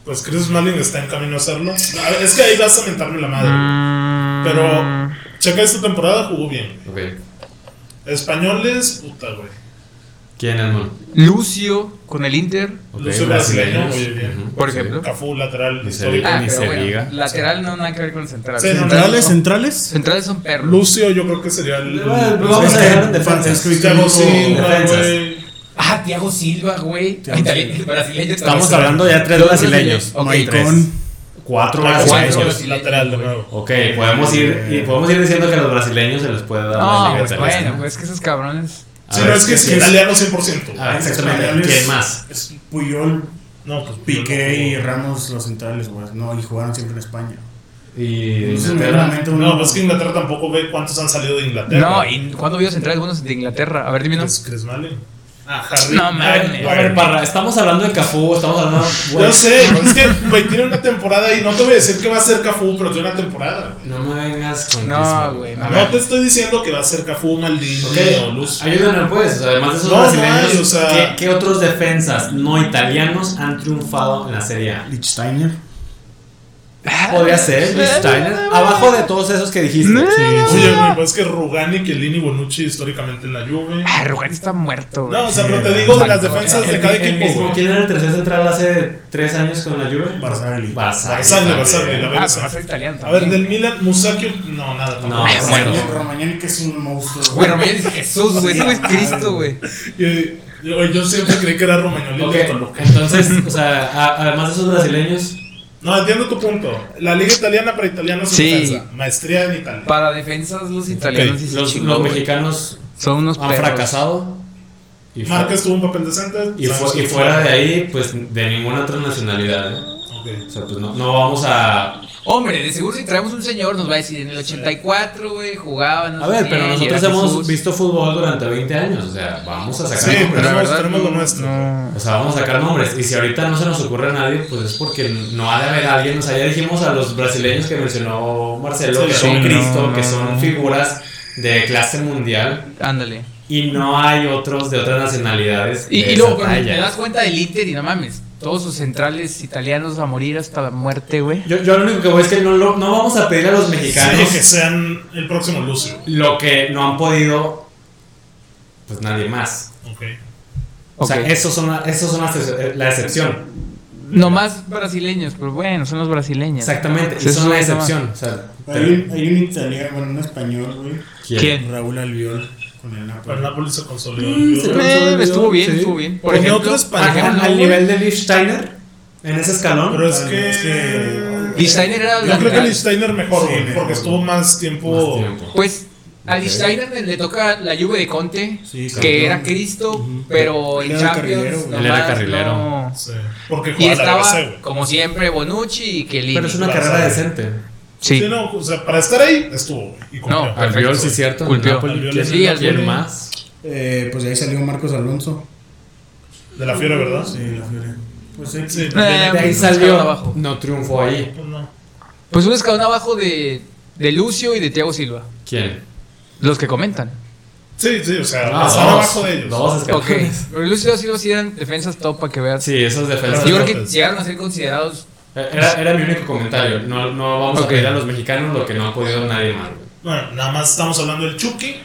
S1: Pues Chris Smalling está en camino a hacerlo. A ver, Es que ahí vas a mentarme la madre. güey.
S4: Mm.
S1: Pero checa esta temporada, jugó bien.
S3: Ok.
S1: Españoles, puta, güey.
S3: ¿Quién Edmond?
S4: Lucio con el Inter.
S3: Ok,
S1: Lucio brasileño, muy bien.
S3: Ujú,
S4: Por
S3: sí.
S4: ejemplo.
S1: Cafú, lateral,
S3: Ni se
S1: histórico.
S3: diga.
S4: Ah,
S3: Ni
S4: pero
S3: se
S4: bueno,
S3: diga.
S4: lateral no nada que ver con central.
S1: Sí, no,
S2: ¿Centrales?
S4: son,
S2: ¿Centrales?
S4: centrales son perros.
S1: Lucio, yo creo que sería el.
S3: pues Vamos a dejar en defensa.
S2: Es que ahorita
S1: Thiago
S2: dijo-
S1: Silva,
S3: defensas.
S1: güey.
S4: Ah, Thiago Silva, güey.
S2: Thiago
S4: Italiano, brasileño.
S2: Estamos
S3: hablando ya tres brasileños.
S4: Ok,
S2: Maicon.
S3: Cuatro
S1: Ah,
S4: Cuatro.
S3: brasileños.
S1: Santos, lateral de nuevo.
S3: Ok, podemos ir, y podemos ir diciendo que a los brasileños se les puede dar
S4: No,
S3: la liga
S4: pues
S3: italiana.
S4: bueno, pues es que esos cabrones.
S3: A
S1: Sí,
S3: ver, Ah.
S1: no, es que es
S2: sí, es-
S1: italiano 100%.
S3: A ver, exactamente.
S2: Españoles.
S3: ¿Quién más?
S2: Es Puyol,
S1: No, pues
S2: Piqué y
S1: no,
S2: Ramos los centrales, güey. No, y jugaron siempre en España.
S3: Y de
S2: Entonces,
S3: Inglaterra.
S2: realmente,
S1: No,
S2: uno-
S1: pues que Inglaterra tampoco ve cuántos han salido de Inglaterra.
S4: No, ¿y cuándo vio centrales buenos de Inglaterra? A ver, dime no.
S1: Pues Chris Smalling. Ah, Harry.
S4: No
S1: Ah,
S4: mames.
S1: a
S3: A ver,
S1: ver,
S3: Parra, estamos hablando de Cafú, estamos hablando.
S1: Yo sé, es que, güey, tiene una temporada y no te voy a decir que va a ser Cafú, pero tiene una temporada. güey.
S3: No me vengas con
S4: No,
S3: Griezmann.
S4: güey,
S3: A
S4: no.
S3: ver,
S1: No te estoy diciendo que va a ser Cafú, Maldini o
S3: Ok,
S1: Luz.
S3: ayúdanos pues, además de esos
S1: No, no
S3: brasileños,
S1: hay, o sea-
S3: ¿qué, qué otros defensas no italianos han triunfado en la Serie A?
S2: Lichtsteiner.
S4: Ah,
S3: Podría ser, Steiner, abajo de todos esos que dijiste.
S1: Oye, güey, pues es que Rugani, Chiellini, Bonucci históricamente en la Juve.
S4: Ah, Rugani está muerto, güey.
S1: No, o sea, pero te digo de las defensas de cada
S3: El
S1: equipo,
S3: mismo,
S1: güey.
S3: ¿Quién era el tercer central hace tres años con la Juve?
S2: Barzagli.
S3: Barzagli.
S1: Barzagli, Barzagli, la verdad.
S4: Ah, pero va a ser italiano.
S1: A ver,
S4: también.
S1: del Milan, Musacchio, no, nada.
S3: No,
S1: tampoco.
S4: bueno.
S2: Ah, Romagnoli- Romagnoli, que es un monstruo.
S4: Güey, Romero es Jesús, güey. Ese güey es Cristo, güey.
S1: Y- y- oye, yo siempre creí que era Romagnoli
S3: Ok,
S1: de Toluca.
S3: entonces, o sea, a- además de esos brasileños,
S1: No, entiendo tu punto. La liga italiana para italianos es
S4: Sí.
S1: defensa. Maestría en Italia.
S4: Para defensas, los italianos
S1: Ok,
S4: sí se
S3: los,
S4: chingó,
S3: los
S4: güey.
S3: mexicanos
S4: Son unos
S1: Ah,
S3: han
S4: perros.
S3: fracasado. Y fue-
S1: Márquez tuvo un papel decente.
S3: Y, fu- y fuera de ahí, pues de ninguna otra nacionalidad. ¿eh? O
S1: Ok.
S3: sea, pues no, no vamos a.
S4: Hombre, de seguro si traemos un señor nos va a decir en el 84, güey, jugaban. no
S3: A
S4: sé
S3: ver,
S4: qué,
S3: pero
S4: y
S3: nosotros
S4: era
S3: hemos
S4: Jesús.
S3: visto fútbol durante 20 años. O sea, vamos a sacar
S1: Sí,
S3: nombres.
S1: pero-
S4: la
S1: Tenemos-
S4: verdad,
S1: tenemos lo
S4: no,
S1: nuestro.
S4: no.
S3: O sea, vamos a sacar nombres. Y si ahorita no se nos ocurre a nadie, pues es porque no ha de haber alguien. O sea, ya dijimos a los brasileños que mencionó Marcelo,
S1: Sí,
S3: que
S1: sí,
S3: son
S4: no,
S3: Cristo, que
S4: no,
S3: son
S4: no.
S3: figuras de clase mundial.
S4: Ándale.
S3: Y no hay otros de otras nacionalidades.
S4: Y,
S3: de
S4: y luego
S3: esa
S4: cuando te
S3: talla.
S4: das cuenta del Inter y no mames, todos sus centrales italianos a morir hasta la muerte, güey.
S3: Yo, yo lo único que voy es que no, lo- no vamos a pedir a los mexicanos.
S1: Sí, que sean el próximo Lucio.
S3: lo que no han podido, pues nadie más.
S1: Ok.
S3: O sea,
S4: Ok.
S3: esos son, la- esos son las ex- la excepción.
S4: Nomás brasileños, pero bueno, son los brasileños.
S3: Exactamente, y
S4: Sí,
S3: son la
S4: sí, sí,
S3: excepción. O sea,
S2: Hay un, hay un italiano, bueno, un español, güey.
S4: ¿Quién? Pues
S2: Raúl Albiol con el
S1: Pero el
S2: Napoli.
S1: Napoli se consolidó.
S4: Eh, estuvo bien, estuvo bien. Por
S1: Ponía
S4: ejemplo,
S1: otro español
S4: por ejemplo,
S3: Al nivel de Liv Steiner, en ese escalón.
S1: Pero es
S2: Es que-
S1: que.
S4: Lichtensteiner pues era
S1: Yo creo que
S4: lateral.
S1: Lichtensteiner mejor,
S2: Sí,
S1: güey,
S2: mejor.
S1: porque estuvo más tiempo.
S3: Más tiempo.
S4: Pues a
S3: Ok.
S4: Lichtenstein le, le toca la lluvia de Conte,
S2: Sí,
S4: que
S2: campeón.
S4: era Cristo, pero
S2: Él
S4: en
S2: era
S4: Champions.
S2: carrilero, güey.
S3: Él era
S4: nomás
S3: carrilero.
S4: no.
S1: Sí, porque
S4: Y
S1: jugaba la
S4: estaba,
S1: BBC, güey.
S4: como siempre, Bonucci y Kelly.
S3: Pero es una
S1: Vas
S3: carrera
S1: a-
S3: decente.
S1: Sí. no, o sea, para estar ahí estuvo, güey. Y cumplió.
S4: No,
S1: Perfecto,
S3: Albiol, sí,
S1: güey.
S3: cierto.
S4: Culpeó.
S1: Albiol
S3: ¿Quién,
S1: es
S4: el
S3: ¿quién
S4: Albiol.
S3: más?
S2: Eh, pues de ahí salió Marcos Alonso.
S1: De la Fiore, ¿verdad?
S2: Sí, la Fiore. Pues sí,
S1: Sí,
S4: Eh,
S3: De ahí
S4: un
S3: salió.
S4: escalón abajo.
S3: No triunfó ahí.
S1: pues no.
S4: Pues un escalón abajo de, de Lucio y de Thiago Silva.
S3: ¿Quién?
S4: Los que comentan.
S1: Sí, sí, o sea,
S3: No,
S1: pasar
S3: Ah, dos,
S1: abajo de ellos.
S3: Dos
S4: Ok.
S3: escalones.
S4: Pero Lucio Silva sí eran defensas top para que veas.
S3: Sí, esas defensas.
S4: Yo creo que
S1: Entonces-
S4: llegaron a ser considerados.
S3: Eh, Era, era mi único comentario. No, no vamos
S4: Ok.
S3: a pedir a los mexicanos lo que no ha podido nadie más. güey.
S1: Bueno, nada más estamos hablando del Chucky.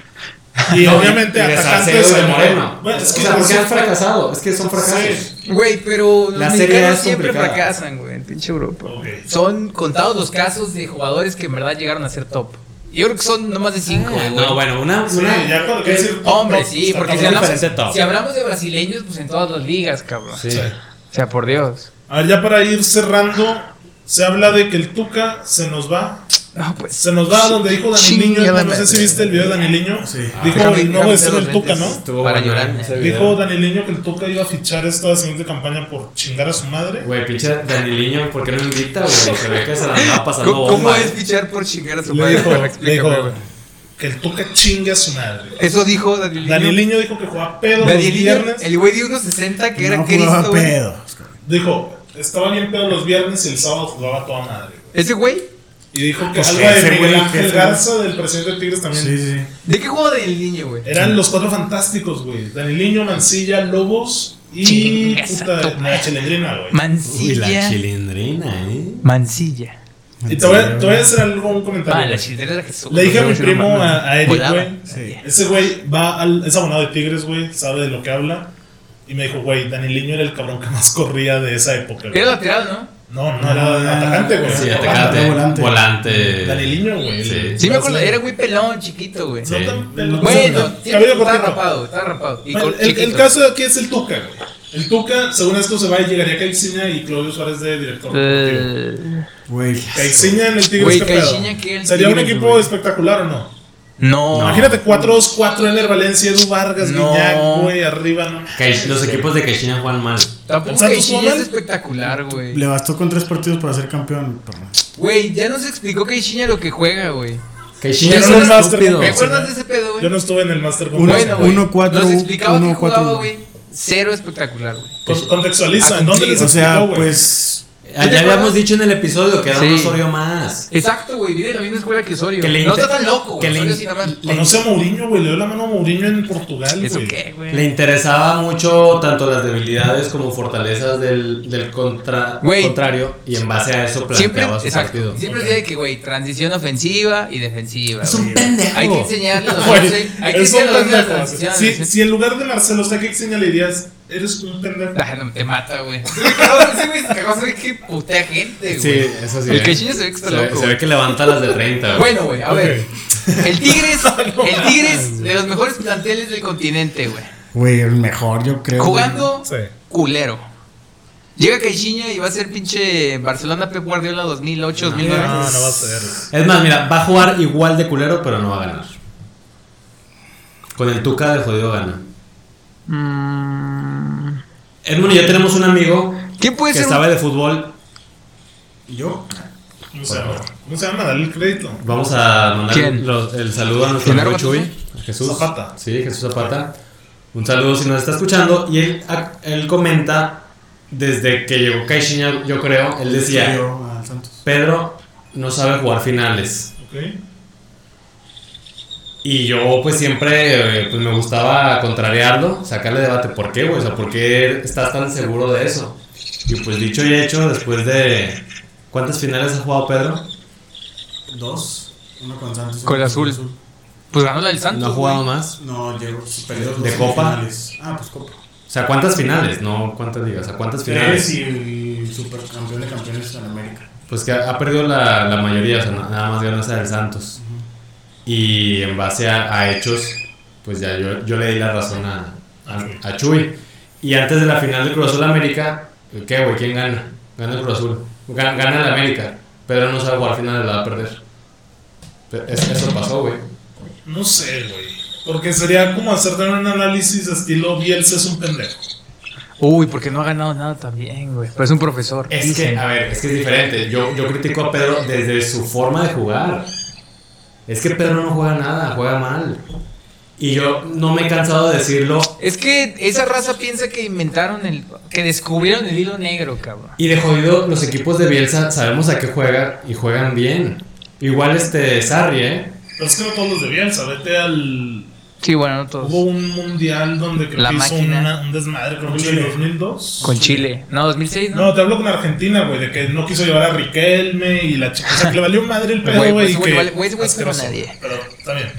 S1: Y
S3: No,
S1: obviamente
S3: y de
S1: atacantes
S3: Salcedo y de
S1: al-
S3: Moreno.
S1: Bueno, es que
S3: o sea, porque
S1: es-
S3: han fracasado. Es que son fracasos.
S4: Güey, pero los
S3: La Serie A
S4: mexicanos
S3: es
S4: siempre
S3: complicada.
S4: fracasan, güey, en pinche Europa.
S1: Ok.
S4: Son contados los casos de jugadores que en verdad llegaron a ser top. Yo creo que son no más de cinco, güey.
S3: Ah, No, bueno, una.
S1: Sí,
S3: una-
S1: ya cuando quieres decir top,
S4: Hombre,
S1: top,
S4: sí,
S1: está
S4: porque si
S1: cabrón.
S4: hablamos,
S3: diferente top.
S4: si hablamos de brasileños, pues en todas las ligas, cabrón.
S3: Sí.
S4: O sea, por Dios.
S1: A ver, ya para ir cerrando, se habla de que el Tuca se nos va.
S4: No, pues.
S1: Se nos va a donde dijo Daniliño.
S4: Chingada
S1: No sé si
S4: madre.
S1: viste el video de Daniliño.
S2: Sí. Ah,
S1: Dijo,
S4: Déjame-
S1: y no
S4: déjame
S1: voy a ser
S4: los
S1: el Tuca,
S4: lentes.
S1: ¿no?
S3: Estuvo
S4: Para
S3: bueno
S4: llorar.
S3: ese video.
S1: Dijo Daniliño que el Tuca iba a fichar esta siguiente campaña por chingar a su madre.
S3: Güey, pinche Daniliño, ¿por qué no invita, güey? Se ve que se la andaba pasando
S4: ¿Cómo,
S3: bomba.
S4: cómo es fichar por chingar a su
S1: Le
S4: madre?
S1: dijo,
S4: Bueno,
S1: le dijo
S4: explícame, güey.
S1: que el Tuca chingue a su madre.
S4: Eso dijo Daniel.
S1: Daniliño dijo que jugaba pedo los
S4: Daniel,
S1: viernes.
S4: el güey de 1.60 que era
S2: no jugaba
S4: Cristo. güey.
S2: pedos.
S1: Dijo, estaba bien pedo los viernes y el sábado jugaba a toda madre.
S4: Ese güey.
S1: Y dijo que
S2: Pues
S1: algo de
S2: ese
S1: Miguel
S2: güey,
S1: Ángel
S2: ese-
S1: Garza, del presidente de Tigres también.
S2: Sí, sí.
S4: ¿De qué jugó Daniel Niño, güey?
S1: Eran los cuatro fantásticos, güey. Daniliño, Mancilla, Lobos y
S4: Chingas a
S1: puta
S4: tu
S1: la Chelendrina, güey.
S4: Mancilla.
S3: chilindrina, ¿eh?
S4: Mancilla.
S1: Y te voy, a, te voy a hacer algo, un
S4: Ah,
S1: comentario.
S4: la
S1: güey.
S4: chilindrina era Jesús.
S1: Le dije a
S4: No,
S1: mi
S4: no, no,
S1: primo,
S4: no.
S1: a, a Eric,
S4: Volaba.
S1: güey.
S2: Sí.
S1: Ese güey va al, es abonado de Tigres, güey. Sabe de lo que habla. Y me dijo, güey, Daniliño era el cabrón que más corría de esa época, güey.
S4: Era lateral, ¿no?
S1: No, no era atacante, güey.
S3: Sí,
S1: Era
S3: atacante.
S2: Volante.
S3: Volante.
S1: Daniliño, güey.
S3: Sí.
S4: Sí, me acuerdo. Era güey pelón, chiquito, güey.
S1: No tan pelón.
S4: Bueno, sí,
S1: cabello
S4: estaba
S1: cortito.
S4: rapado, estaba rapado. Y
S1: Bueno,
S4: cor-
S1: el- el,
S4: chiquito.
S1: caso de aquí es el Tuca, güey. El Tuca, según esto, se va y llegaría Caixinha y Claudio Suárez de director. deportivo.
S4: Eh,
S2: Güey.
S1: Caixinha en el Tigres.
S4: Güey,
S1: ¿qué pedo?
S4: Caixinha que el
S1: Sería un
S4: Tigres,
S1: equipo
S4: güey.
S1: espectacular o no.
S4: No.
S1: Imagínate 4-2-4 Ener Valencia, Edu Vargas,
S4: No.
S1: Guiñac, güey, arriba, ¿no?
S3: Caix- Los equipos de Caixinha juegan mal.
S4: Tampoco
S1: ¿El Santos
S4: Caixinha
S1: Juárez?
S4: es espectacular, güey.
S2: Le bastó con tres partidos para ser campeón. perro.
S4: Güey, ya nos explicó Caixinha lo que juega, güey.
S3: Caixinha
S1: Yo
S3: es
S1: no
S3: un
S1: lo master-
S3: estúpido.
S4: ¿Te
S1: No,
S4: acuerdas de
S1: sí,
S4: ese pedo,
S1: Yo
S4: güey?
S1: no estuve en el Master con
S2: Uno-
S4: Bueno, güey.
S2: uno, cuatro,
S4: Nos explicaba
S2: uno,
S4: que jugaba,
S2: cuatro.
S4: güey. Cero espectacular, güey.
S1: Con- Contextualiza,
S4: Ah,
S1: ¿en dónde
S4: sí,
S1: les
S2: O sea,
S1: explicó, güey?
S2: pues.
S3: Ya habíamos dicho en el episodio que era un
S4: Sí.
S3: Osorio más.
S4: Exacto, güey. Vive en la misma escuela que Osorio.
S3: Que le
S4: no
S3: inter-
S4: está tan loco,
S3: que le
S4: güey. Osorio
S3: in-
S4: sí nada más.
S1: Conoce a Mourinho, güey, le dio la mano a Mourinho en Portugal,
S4: ¿Eso
S1: güey.
S4: qué, güey?
S3: Le interesaba mucho tanto las debilidades como fortalezas del, del contra-
S4: Güey.
S3: contrario y en base a eso
S4: Siempre,
S3: planteaba su partido.
S4: exacto, siempre se dice que, güey, transición ofensiva y defensiva.
S2: Es un
S4: güey.
S2: pendejo.
S4: Hay que enseñarle los
S1: Güey,
S4: once- Hay que
S1: es un
S4: enseñarle los once de las ¿eh?
S1: pendejo.
S4: transiciones.
S1: Si, si en lugar de Marcelo Saquexinha le dirías, eres un pendejo.
S4: Ah, no, te mata, güey. Ese güey se cagó, se ve que putea gente,
S3: Sí,
S4: güey.
S3: eso sí.
S4: El
S3: eh.
S4: Caixinha se ve que está
S3: Se ve-
S4: loco,
S3: se ve
S4: güey.
S3: que levanta las de 30. güey.
S4: Bueno, güey, a ver. Ah, El Tigres, el Tigres de los mejores planteles del continente, güey.
S2: Güey, el mejor, yo creo.
S4: Jugando
S1: Sí.
S4: culero. Llega Caixinha y va a ser pinche Barcelona Pep Guardiola
S3: Ah.
S4: 2008, 2009.
S1: No, no va a ser.
S3: Es más, mira, va a jugar igual de culero, pero no va a ganar. Con el Tuca de jodido gana. Edmund y yo tenemos un amigo
S4: ¿Quién
S1: Pues
S4: Mm, puede
S3: que
S4: ser? un-
S3: sabe de fútbol.
S2: güey. Yo.
S1: ¿Cómo se llama? ¿Cómo se llama? Dale el crédito.
S3: Vamos a mandar
S4: ¿Quién?
S3: los- el saludo a nuestro
S4: ¿Genaro
S3: amigo Chuy.
S4: Batuta?
S3: a Jesús
S1: Zapata.
S3: Sí, Jesús Zapata. Un saludo si nos está escuchando. Y él, él comenta desde que llegó Caixinha, yo creo, él decía,
S2: Yo al Santos.
S3: Pedro no sabe jugar finales.
S1: Ok.
S3: Y yo pues siempre eh, pues, me gustaba contrariarlo, sacarle debate. ¿Por qué, güey? O sea, ¿por qué estás tan seguro de eso? Y pues dicho y hecho, después de... ¿Cuántas finales ha jugado Pedro?
S2: Dos. Uno con Santos.
S4: Con el
S2: uno
S4: azul. Pues ganó la del Santos.
S3: No ha jugado más.
S2: No, llegó. Perdió
S3: ¿De
S2: dos
S3: Copa?
S2: finales. Ah, pues Copa.
S3: O sea, ¿cuántas finales? No, ¿cuántas digas? O sea, ¿cuántas
S2: Tres
S3: finales?
S2: y el supercampeón de campeones en América.
S3: Pues que ha ha perdido la, la mayoría, o sea, na- nada más ganó esa del Santos. Y en base a, a hechos, pues ya yo, yo le di la razón a, a, a Chuy. Y antes de la final del Cruz Azul América, ¿qué, güey? ¿Quién gana? Gana el Cruz Azul. Gana, gana el América. Pedro no sabe jugar final, la va a perder. Pe- es- Eso pasó, güey.
S1: No sé, güey. Porque sería como hacer también un análisis estilo Bielsa es un pendejo.
S4: Uy, porque no ha ganado nada también, güey. Pero es un profesor.
S3: Es que, a ver, es que es diferente. Yo, yo critico a Pedro desde su forma de jugar. Es que Pedro no juega nada, juega mal. Y yo no me he cansado de decirlo
S4: Es que esa raza piensa que inventaron el. que descubrieron el hilo negro, cabrón.
S3: Y de jodido, los equipos de Bielsa sabemos a qué juegan y juegan bien. Igual este Sarri, ¿eh?
S1: Pero es que no todos los de Bielsa. Vete al
S4: Sí, bueno, no todos.
S1: Hubo un mundial donde creo
S4: La
S1: que hizo
S4: máquina.
S1: una- un desmadre, creo que en el 2002.
S4: Con Chile. No, 2006, ¿no?
S1: No, te hablo con Argentina, güey, de que no quiso llevar a Riquelme y la chica. O sea, que le valió madre el pedo,
S4: Güey,
S1: güey.
S4: pues,
S1: y
S4: güey,
S1: que-
S4: vale- güey, es güey, pero
S1: asqueroso,
S4: nadie.
S1: Pero está bien.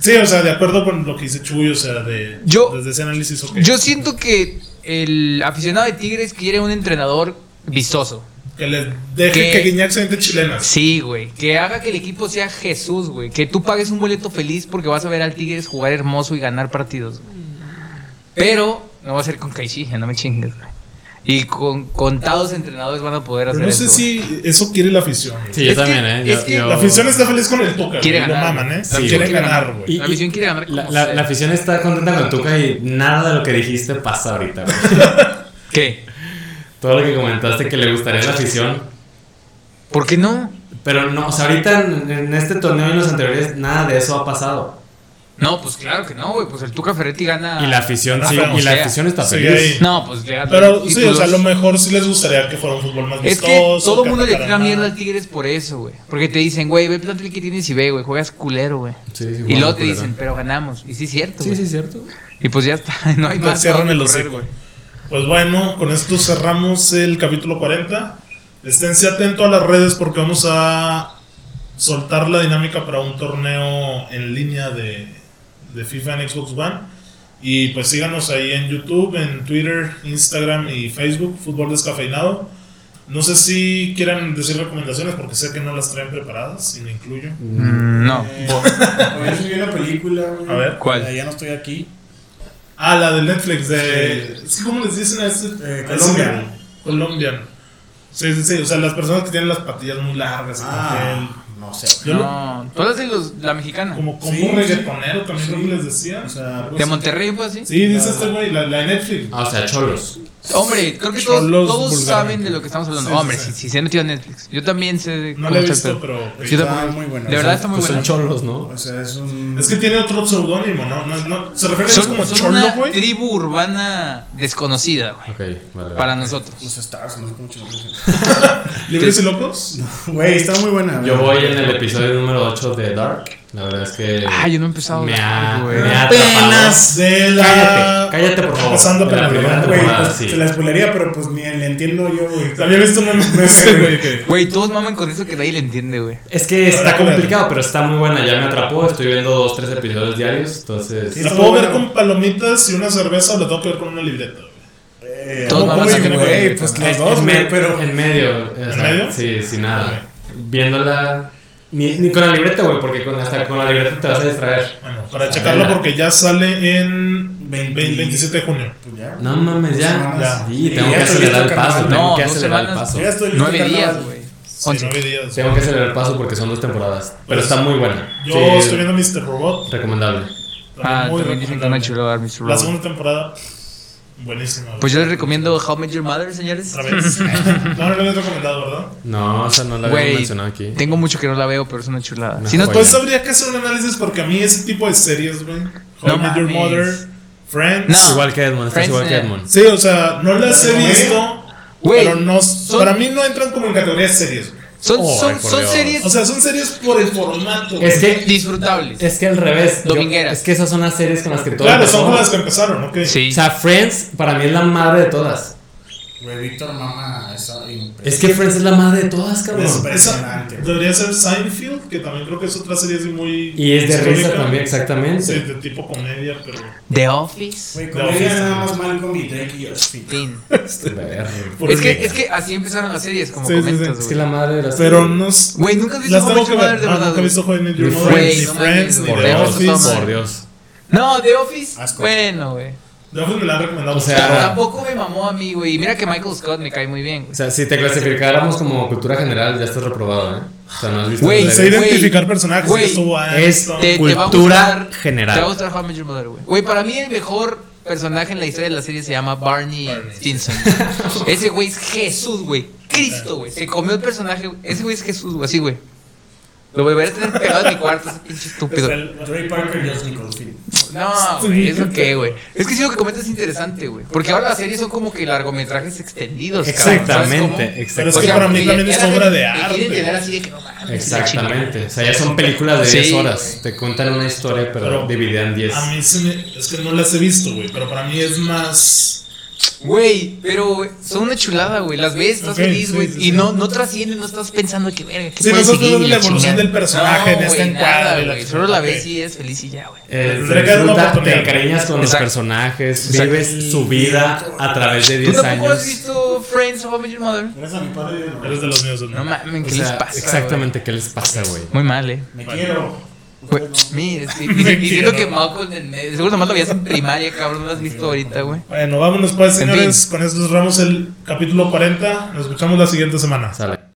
S1: Sí, o sea, de acuerdo con lo que dice Chuy, o sea, de,
S4: Yo-
S1: desde ese análisis, ok.
S4: Yo siento que el aficionado de Tigres quiere un entrenador vistoso.
S1: que le deje
S4: que-
S1: que Guiñac se entre chilenas.
S4: Sí, güey. Que haga que el equipo sea Jesús, güey. Que tú pagues un boleto feliz porque vas a ver al Tigres jugar hermoso y ganar partidos. güey. Pero no va a ser con Caixinha, no me chingues, güey. Y con contados entrenadores van a poder
S1: Pero
S4: hacer
S1: no sé
S4: eso, güey.
S1: si eso quiere la afición. güey.
S3: Sí, yo
S4: Es que-
S3: también, ¿eh? Yo-
S4: es que-
S3: yo-
S1: La afición está feliz con el Tuca.
S4: Quiere
S1: güey, lo
S4: ganar.
S1: maman, ¿eh?
S4: Sí,
S1: Quieren
S4: güey.
S1: ganar, güey.
S4: La afición quiere ganar
S3: La,
S4: como
S3: la-
S4: sea.
S3: la afición está contenta con Tuca y nada de lo que dijiste pasa ahorita. güey.
S4: ¿Qué?
S3: Todo lo que comentaste que le gustaría a la afición.
S4: ¿Por qué no?
S3: Pero no, o sea, ahorita en, en este torneo y en los anteriores nada de eso ha pasado.
S4: No, pues claro que no, güey. Pues el Tuca Ferretti gana.
S3: Y la afición
S1: Ah,
S3: sí,
S1: pero
S3: y la
S4: sea,
S3: afición está
S1: sigue
S3: feliz.
S1: ahí.
S4: No, pues le gana
S1: Pero
S4: los
S1: sí, o sea, a
S4: títulos.
S1: lo mejor sí les gustaría que fuera un fútbol más
S4: Es
S1: vistoso.
S4: que todo el
S1: que
S4: mundo le
S1: atacara
S4: tira mierda
S1: más.
S4: al Tigres por eso, güey. Porque te dicen, güey, ve plantel que tienes y ve, güey, juegas culero, güey.
S3: Sí, sí,
S4: y
S3: jugamos
S4: luego te
S3: culero.
S4: dicen, pero ganamos. Y sí es cierto,
S3: Sí,
S4: güey.
S3: sí, es cierto.
S4: Y pues ya está, no hay
S1: Te
S4: más.
S1: cierran
S4: para
S1: el
S4: dónde correr,
S1: hocico.
S4: güey.
S1: Pues bueno, con esto cerramos el capítulo 40. Esténse atentos a las redes porque vamos a soltar la dinámica para un torneo en línea de, de FIFA en Xbox One. Y pues síganos ahí en YouTube, en Twitter, Instagram y Facebook, Fútbol Descafeinado. No sé si quieran decir recomendaciones porque sé que no las traen preparadas y me incluyo.
S4: Mm, No.
S2: Eh, Hoy subí una película, güey.
S1: A ver.
S4: ¿Cuál?
S2: Ya no estoy aquí.
S1: Ah, la de Netflix, de... es que ¿Cómo les dicen a ese?
S2: Eh,
S1: a ese
S2: Colombian.
S1: grupo? Colombian. Sí, sí, sí. O sea, las personas que tienen las patillas muy largas.
S2: Ah, no
S1: como que
S2: sé.
S1: el- yo lo-
S4: No, tú hablas de los, la mexicana.
S1: como como
S2: Sí,
S1: un reggaetonero también
S2: sí.
S1: creo que les decía.
S2: O sea, algo
S4: De
S2: así.
S4: Monterrey, pues así.
S1: sí, dice este güey, la, la de Netflix.
S3: Ah, o sea, cholos.
S4: Hombre, creo que todos,
S1: Cholos
S4: todos
S1: vulgarmente.
S4: saben de lo que estamos hablando.
S1: Sí, sí,
S4: Hombre,
S1: sí.
S4: si, si se ha metido a Netflix. Yo también sé de
S1: No la he
S4: está el
S1: visto,
S4: pedo.
S1: pero...
S4: Sí,
S1: eh,
S2: Está
S4: tampoco.
S2: muy buena.
S4: De
S2: O sea,
S4: verdad está muy
S3: Pues son
S4: buena.
S3: cholos, ¿no?
S2: O sea, es un.
S1: Es que tiene otro seudónimo, ¿no? No, no- se refiere a ellos como
S4: Son, son
S1: cholo,
S4: una
S1: güey.
S4: tribu urbana desconocida, güey.
S3: Ok, vale.
S4: Para
S3: vale.
S4: nosotros.
S2: Los stars, no sé cómo chingados
S1: ¿Libres y locos?
S2: dicen. Güey, está muy buena.
S3: Yo
S2: güey.
S3: voy en el episodio número 8 de Dark. La verdad es que.
S4: Ah, yo no he empezado a
S3: Me
S4: hablar,
S3: ha,
S4: güey.
S3: me ha
S1: Penas
S3: atrapado.
S1: de la...
S3: Cállate, cállate, por favor.
S1: Pasando
S3: De la
S1: pena,
S3: primera
S1: ¿verdad?
S2: Güey,
S3: temporada,
S2: pues,
S3: sí.
S2: se la spoilería, pero pues ni le entiendo yo, güey.
S1: Había visto una meme, güey, que...
S4: Güey, todos maman con eso que nadie le entiende, güey.
S3: Es que está complicado, pero está muy buena. Ya me atrapó. Estoy viendo dos, tres episodios diarios. Entonces.
S2: Sí,
S1: ¿La
S2: está
S1: puedo
S2: muy
S1: ver
S2: bueno.
S1: con palomitas y una cerveza o la tengo que ver con una libreta? güey?
S2: Eh,
S4: Todos
S2: no,
S4: vamos a
S2: güey,
S4: que
S2: güey,
S4: mueren.
S2: pues
S3: En-
S2: los dos,
S3: Eh, en,
S2: güey,
S3: me-
S2: pero.
S3: en medio. o sea,
S1: medio?
S3: Sí, sin nada. Viéndola. Ni, ni con la libreta, güey, porque con, hasta con la libreta te vas a distraer.
S1: Bueno, para checarlo porque ya sale en 20 27 de junio.
S2: Pues ya.
S3: No mames, ya.
S2: Ya.
S3: Sí,
S2: Ya
S3: tengo que
S2: estoy
S3: acelerar
S2: listo,
S3: el paso.
S2: carnal.
S3: Tengo
S4: No,
S3: que
S4: dos
S3: acelerar el
S4: semanas.
S3: paso.
S2: Yo ya estoy listo,
S4: Nueve
S2: carnal.
S4: días, güey.
S1: Sí,
S4: Once.
S1: nueve días.
S3: Tengo que acelerar el paso porque son dos temporadas. Pero está muy buena.
S1: Yo
S3: Sí,
S1: estoy viendo Mr. Robot.
S3: Recomendable.
S4: Ah, también dicen que es una
S1: recomendable.
S4: chulada Mr.
S1: La
S4: Robot.
S1: segunda temporada, buenísima. güey.
S4: Pues yo les recomiendo How I Met Your Mother, señores.
S1: Otra vez. no, no lo habías recomendado, ¿verdad?
S3: No, o sea, no la había
S4: Güey,
S3: mencionado aquí.
S4: tengo mucho que no la veo, pero es una chulada.
S3: No,
S4: si no,
S3: güey.
S1: Pues habría que hacer un análisis porque a mí ese tipo de series, güey. How
S4: No
S1: I Met Your
S4: mames.
S1: Mother, Friends.
S4: No.
S3: Igual que Edmond, estás
S4: Friends,
S3: igual que
S4: eh.
S3: Edmond.
S1: Sí, o sea, no las he
S2: Güey.
S1: visto.
S4: Güey,
S1: pero no,
S4: son-
S1: para mí no entran como en categoría de series. güey.
S4: son,
S3: Oh,
S4: son,
S3: ay, por
S4: son
S3: Dios.
S4: series
S1: O sea, son series por el formato. güey.
S3: Es que,
S4: disfrutables.
S3: es que al revés. yo-
S4: Domingueras.
S3: es que esas son las series con las que todos.
S1: Claro, son con
S3: empezamos.
S1: las que empezaron, ¿ok?
S4: Sí.
S3: O sea, Friends para mí es la madre de todas.
S2: Güey, Víctor mama esa. impresión.
S3: Es que Friends es la madre de todas,
S2: Es-
S3: cabrón.
S1: Esa
S2: Impresionante.
S1: debería ser Seinfeld, que también creo que es otra serie así muy.
S3: Y es de risa
S1: histórica.
S3: también, exactamente.
S1: Sí, de tipo comedia, pero.
S4: The Office.
S2: Güey,
S1: No,
S2: como
S1: sí.
S2: ella nada más mal con mi Drake y yo.
S4: Fin.
S3: Este Verga.
S1: por
S4: Es
S1: el-
S4: que, es que así empezaron las series, como
S1: Sí, sí, sí.
S4: comentas,
S3: Es
S4: güey.
S3: que la madre de las
S1: Pero no. s-
S4: Güey, nunca has visto
S1: Las
S4: How I
S1: tengo
S4: Met
S1: que
S4: Your Mother,
S1: ver.
S4: de
S1: No,
S4: verdad.
S1: nunca he
S4: güey.
S1: visto Joven Your
S3: Ni
S1: Mother,
S4: Friends,
S1: ni
S4: no
S1: Friends,
S4: mames,
S1: ni
S4: güey.
S3: Por
S1: The
S4: Veamos
S3: Dios,
S4: esos
S1: Office.
S4: hombres.
S3: por Dios.
S4: No, The Office.
S2: Asco.
S4: Bueno, güey.
S1: The Office me la han recomendado.
S3: O sea,
S1: mucho.
S4: Tampoco me mamó a mí, güey. Y mira que Michael Scott me cae muy bien,
S3: O
S4: güey.
S3: sea, si te clasificáramos como cultura general, ya estás reprobado, ¿eh? O sea, no has visto.
S4: Güey,
S3: la
S1: sé
S3: serie.
S4: güey,
S1: identificar personajes.
S4: güey,
S1: estuvo Aniston.
S3: es
S4: Te, te va a
S3: Cultura
S4: gustar,
S3: general.
S4: Te va a gustar How I Met Your Mother, güey. Güey, para mí el mejor personaje en la historia de la serie se llama Barney, Stinson. Ese güey es Jesús, güey. Cristo, güey. Se comió el personaje. güey. Ese güey es Jesús, güey. Así, güey. Lo volveré a tener pegado en mi cuarto, ese pinche estúpido.
S2: Trey Parker y Josh Nicholson.
S4: No, güey, ¿eso qué, güey? Es que sí lo que comentas es interesante, güey. Porque ahora las series son como que largometrajes extendidos, cabrón, ¿sabes cómo?
S3: Exactamente,
S1: Pero es
S4: O
S1: que
S4: sea,
S1: para mí
S4: porque
S1: también
S4: ya-
S1: es
S4: ya
S1: obra
S4: la-
S1: de
S4: te
S1: arte.
S4: quieren
S1: güey.
S4: llenar así de que no mames,
S3: Exactamente. O sea, ya son películas de
S4: Sí.
S3: 10 horas. Te cuentan una historia, pero,
S1: Pero-
S3: dividida en Eh, 10.
S1: A mí se me- es que no las he visto, güey, pero para mí es más...
S4: Güey, pero son una chulada, güey. Las ves, estás
S1: Ok,
S4: feliz,
S1: sí,
S4: güey.
S1: sí,
S4: y
S1: sí.
S4: no, no trascienden, no estás pensando que verga, que
S1: Sí,
S4: puede
S1: nosotros
S4: seguir
S1: vemos
S4: y
S1: la
S4: chingada.
S1: evolución del personaje en este
S4: güey,
S1: encuadro
S4: nada,
S1: y la
S4: güey. Solo la ves
S1: ok.
S4: y eres feliz y ya, güey.
S3: Eh,
S1: Le quedas una
S3: disfruta,
S1: oportunidad.
S3: te encariñas con los
S4: Exacto.
S3: personajes,
S4: Exacto.
S3: vives su vida a través de
S4: ¿Tú
S3: 10
S4: tampoco
S3: años.
S4: has visto Friends of Your Mother?
S2: Gracias a mi padre.
S1: Eres de los míos, ¿no?
S4: No mames,
S3: O
S4: ¿qué
S3: sea,
S4: les pasa? güey?
S3: exactamente, ¿qué les pasa, güey?
S4: Muy mal, eh.
S2: Me quiero.
S4: Güey, mira, sí, y- y diciendo que Malcolm en medio. Seguro nomás lo veías en primaria, cabrón. No lo has visto ahorita, güey.
S1: Bueno, vámonos pues,
S4: En
S1: señores. Con esto cerramos el capítulo 40. Nos escuchamos la siguiente semana.
S3: Sale.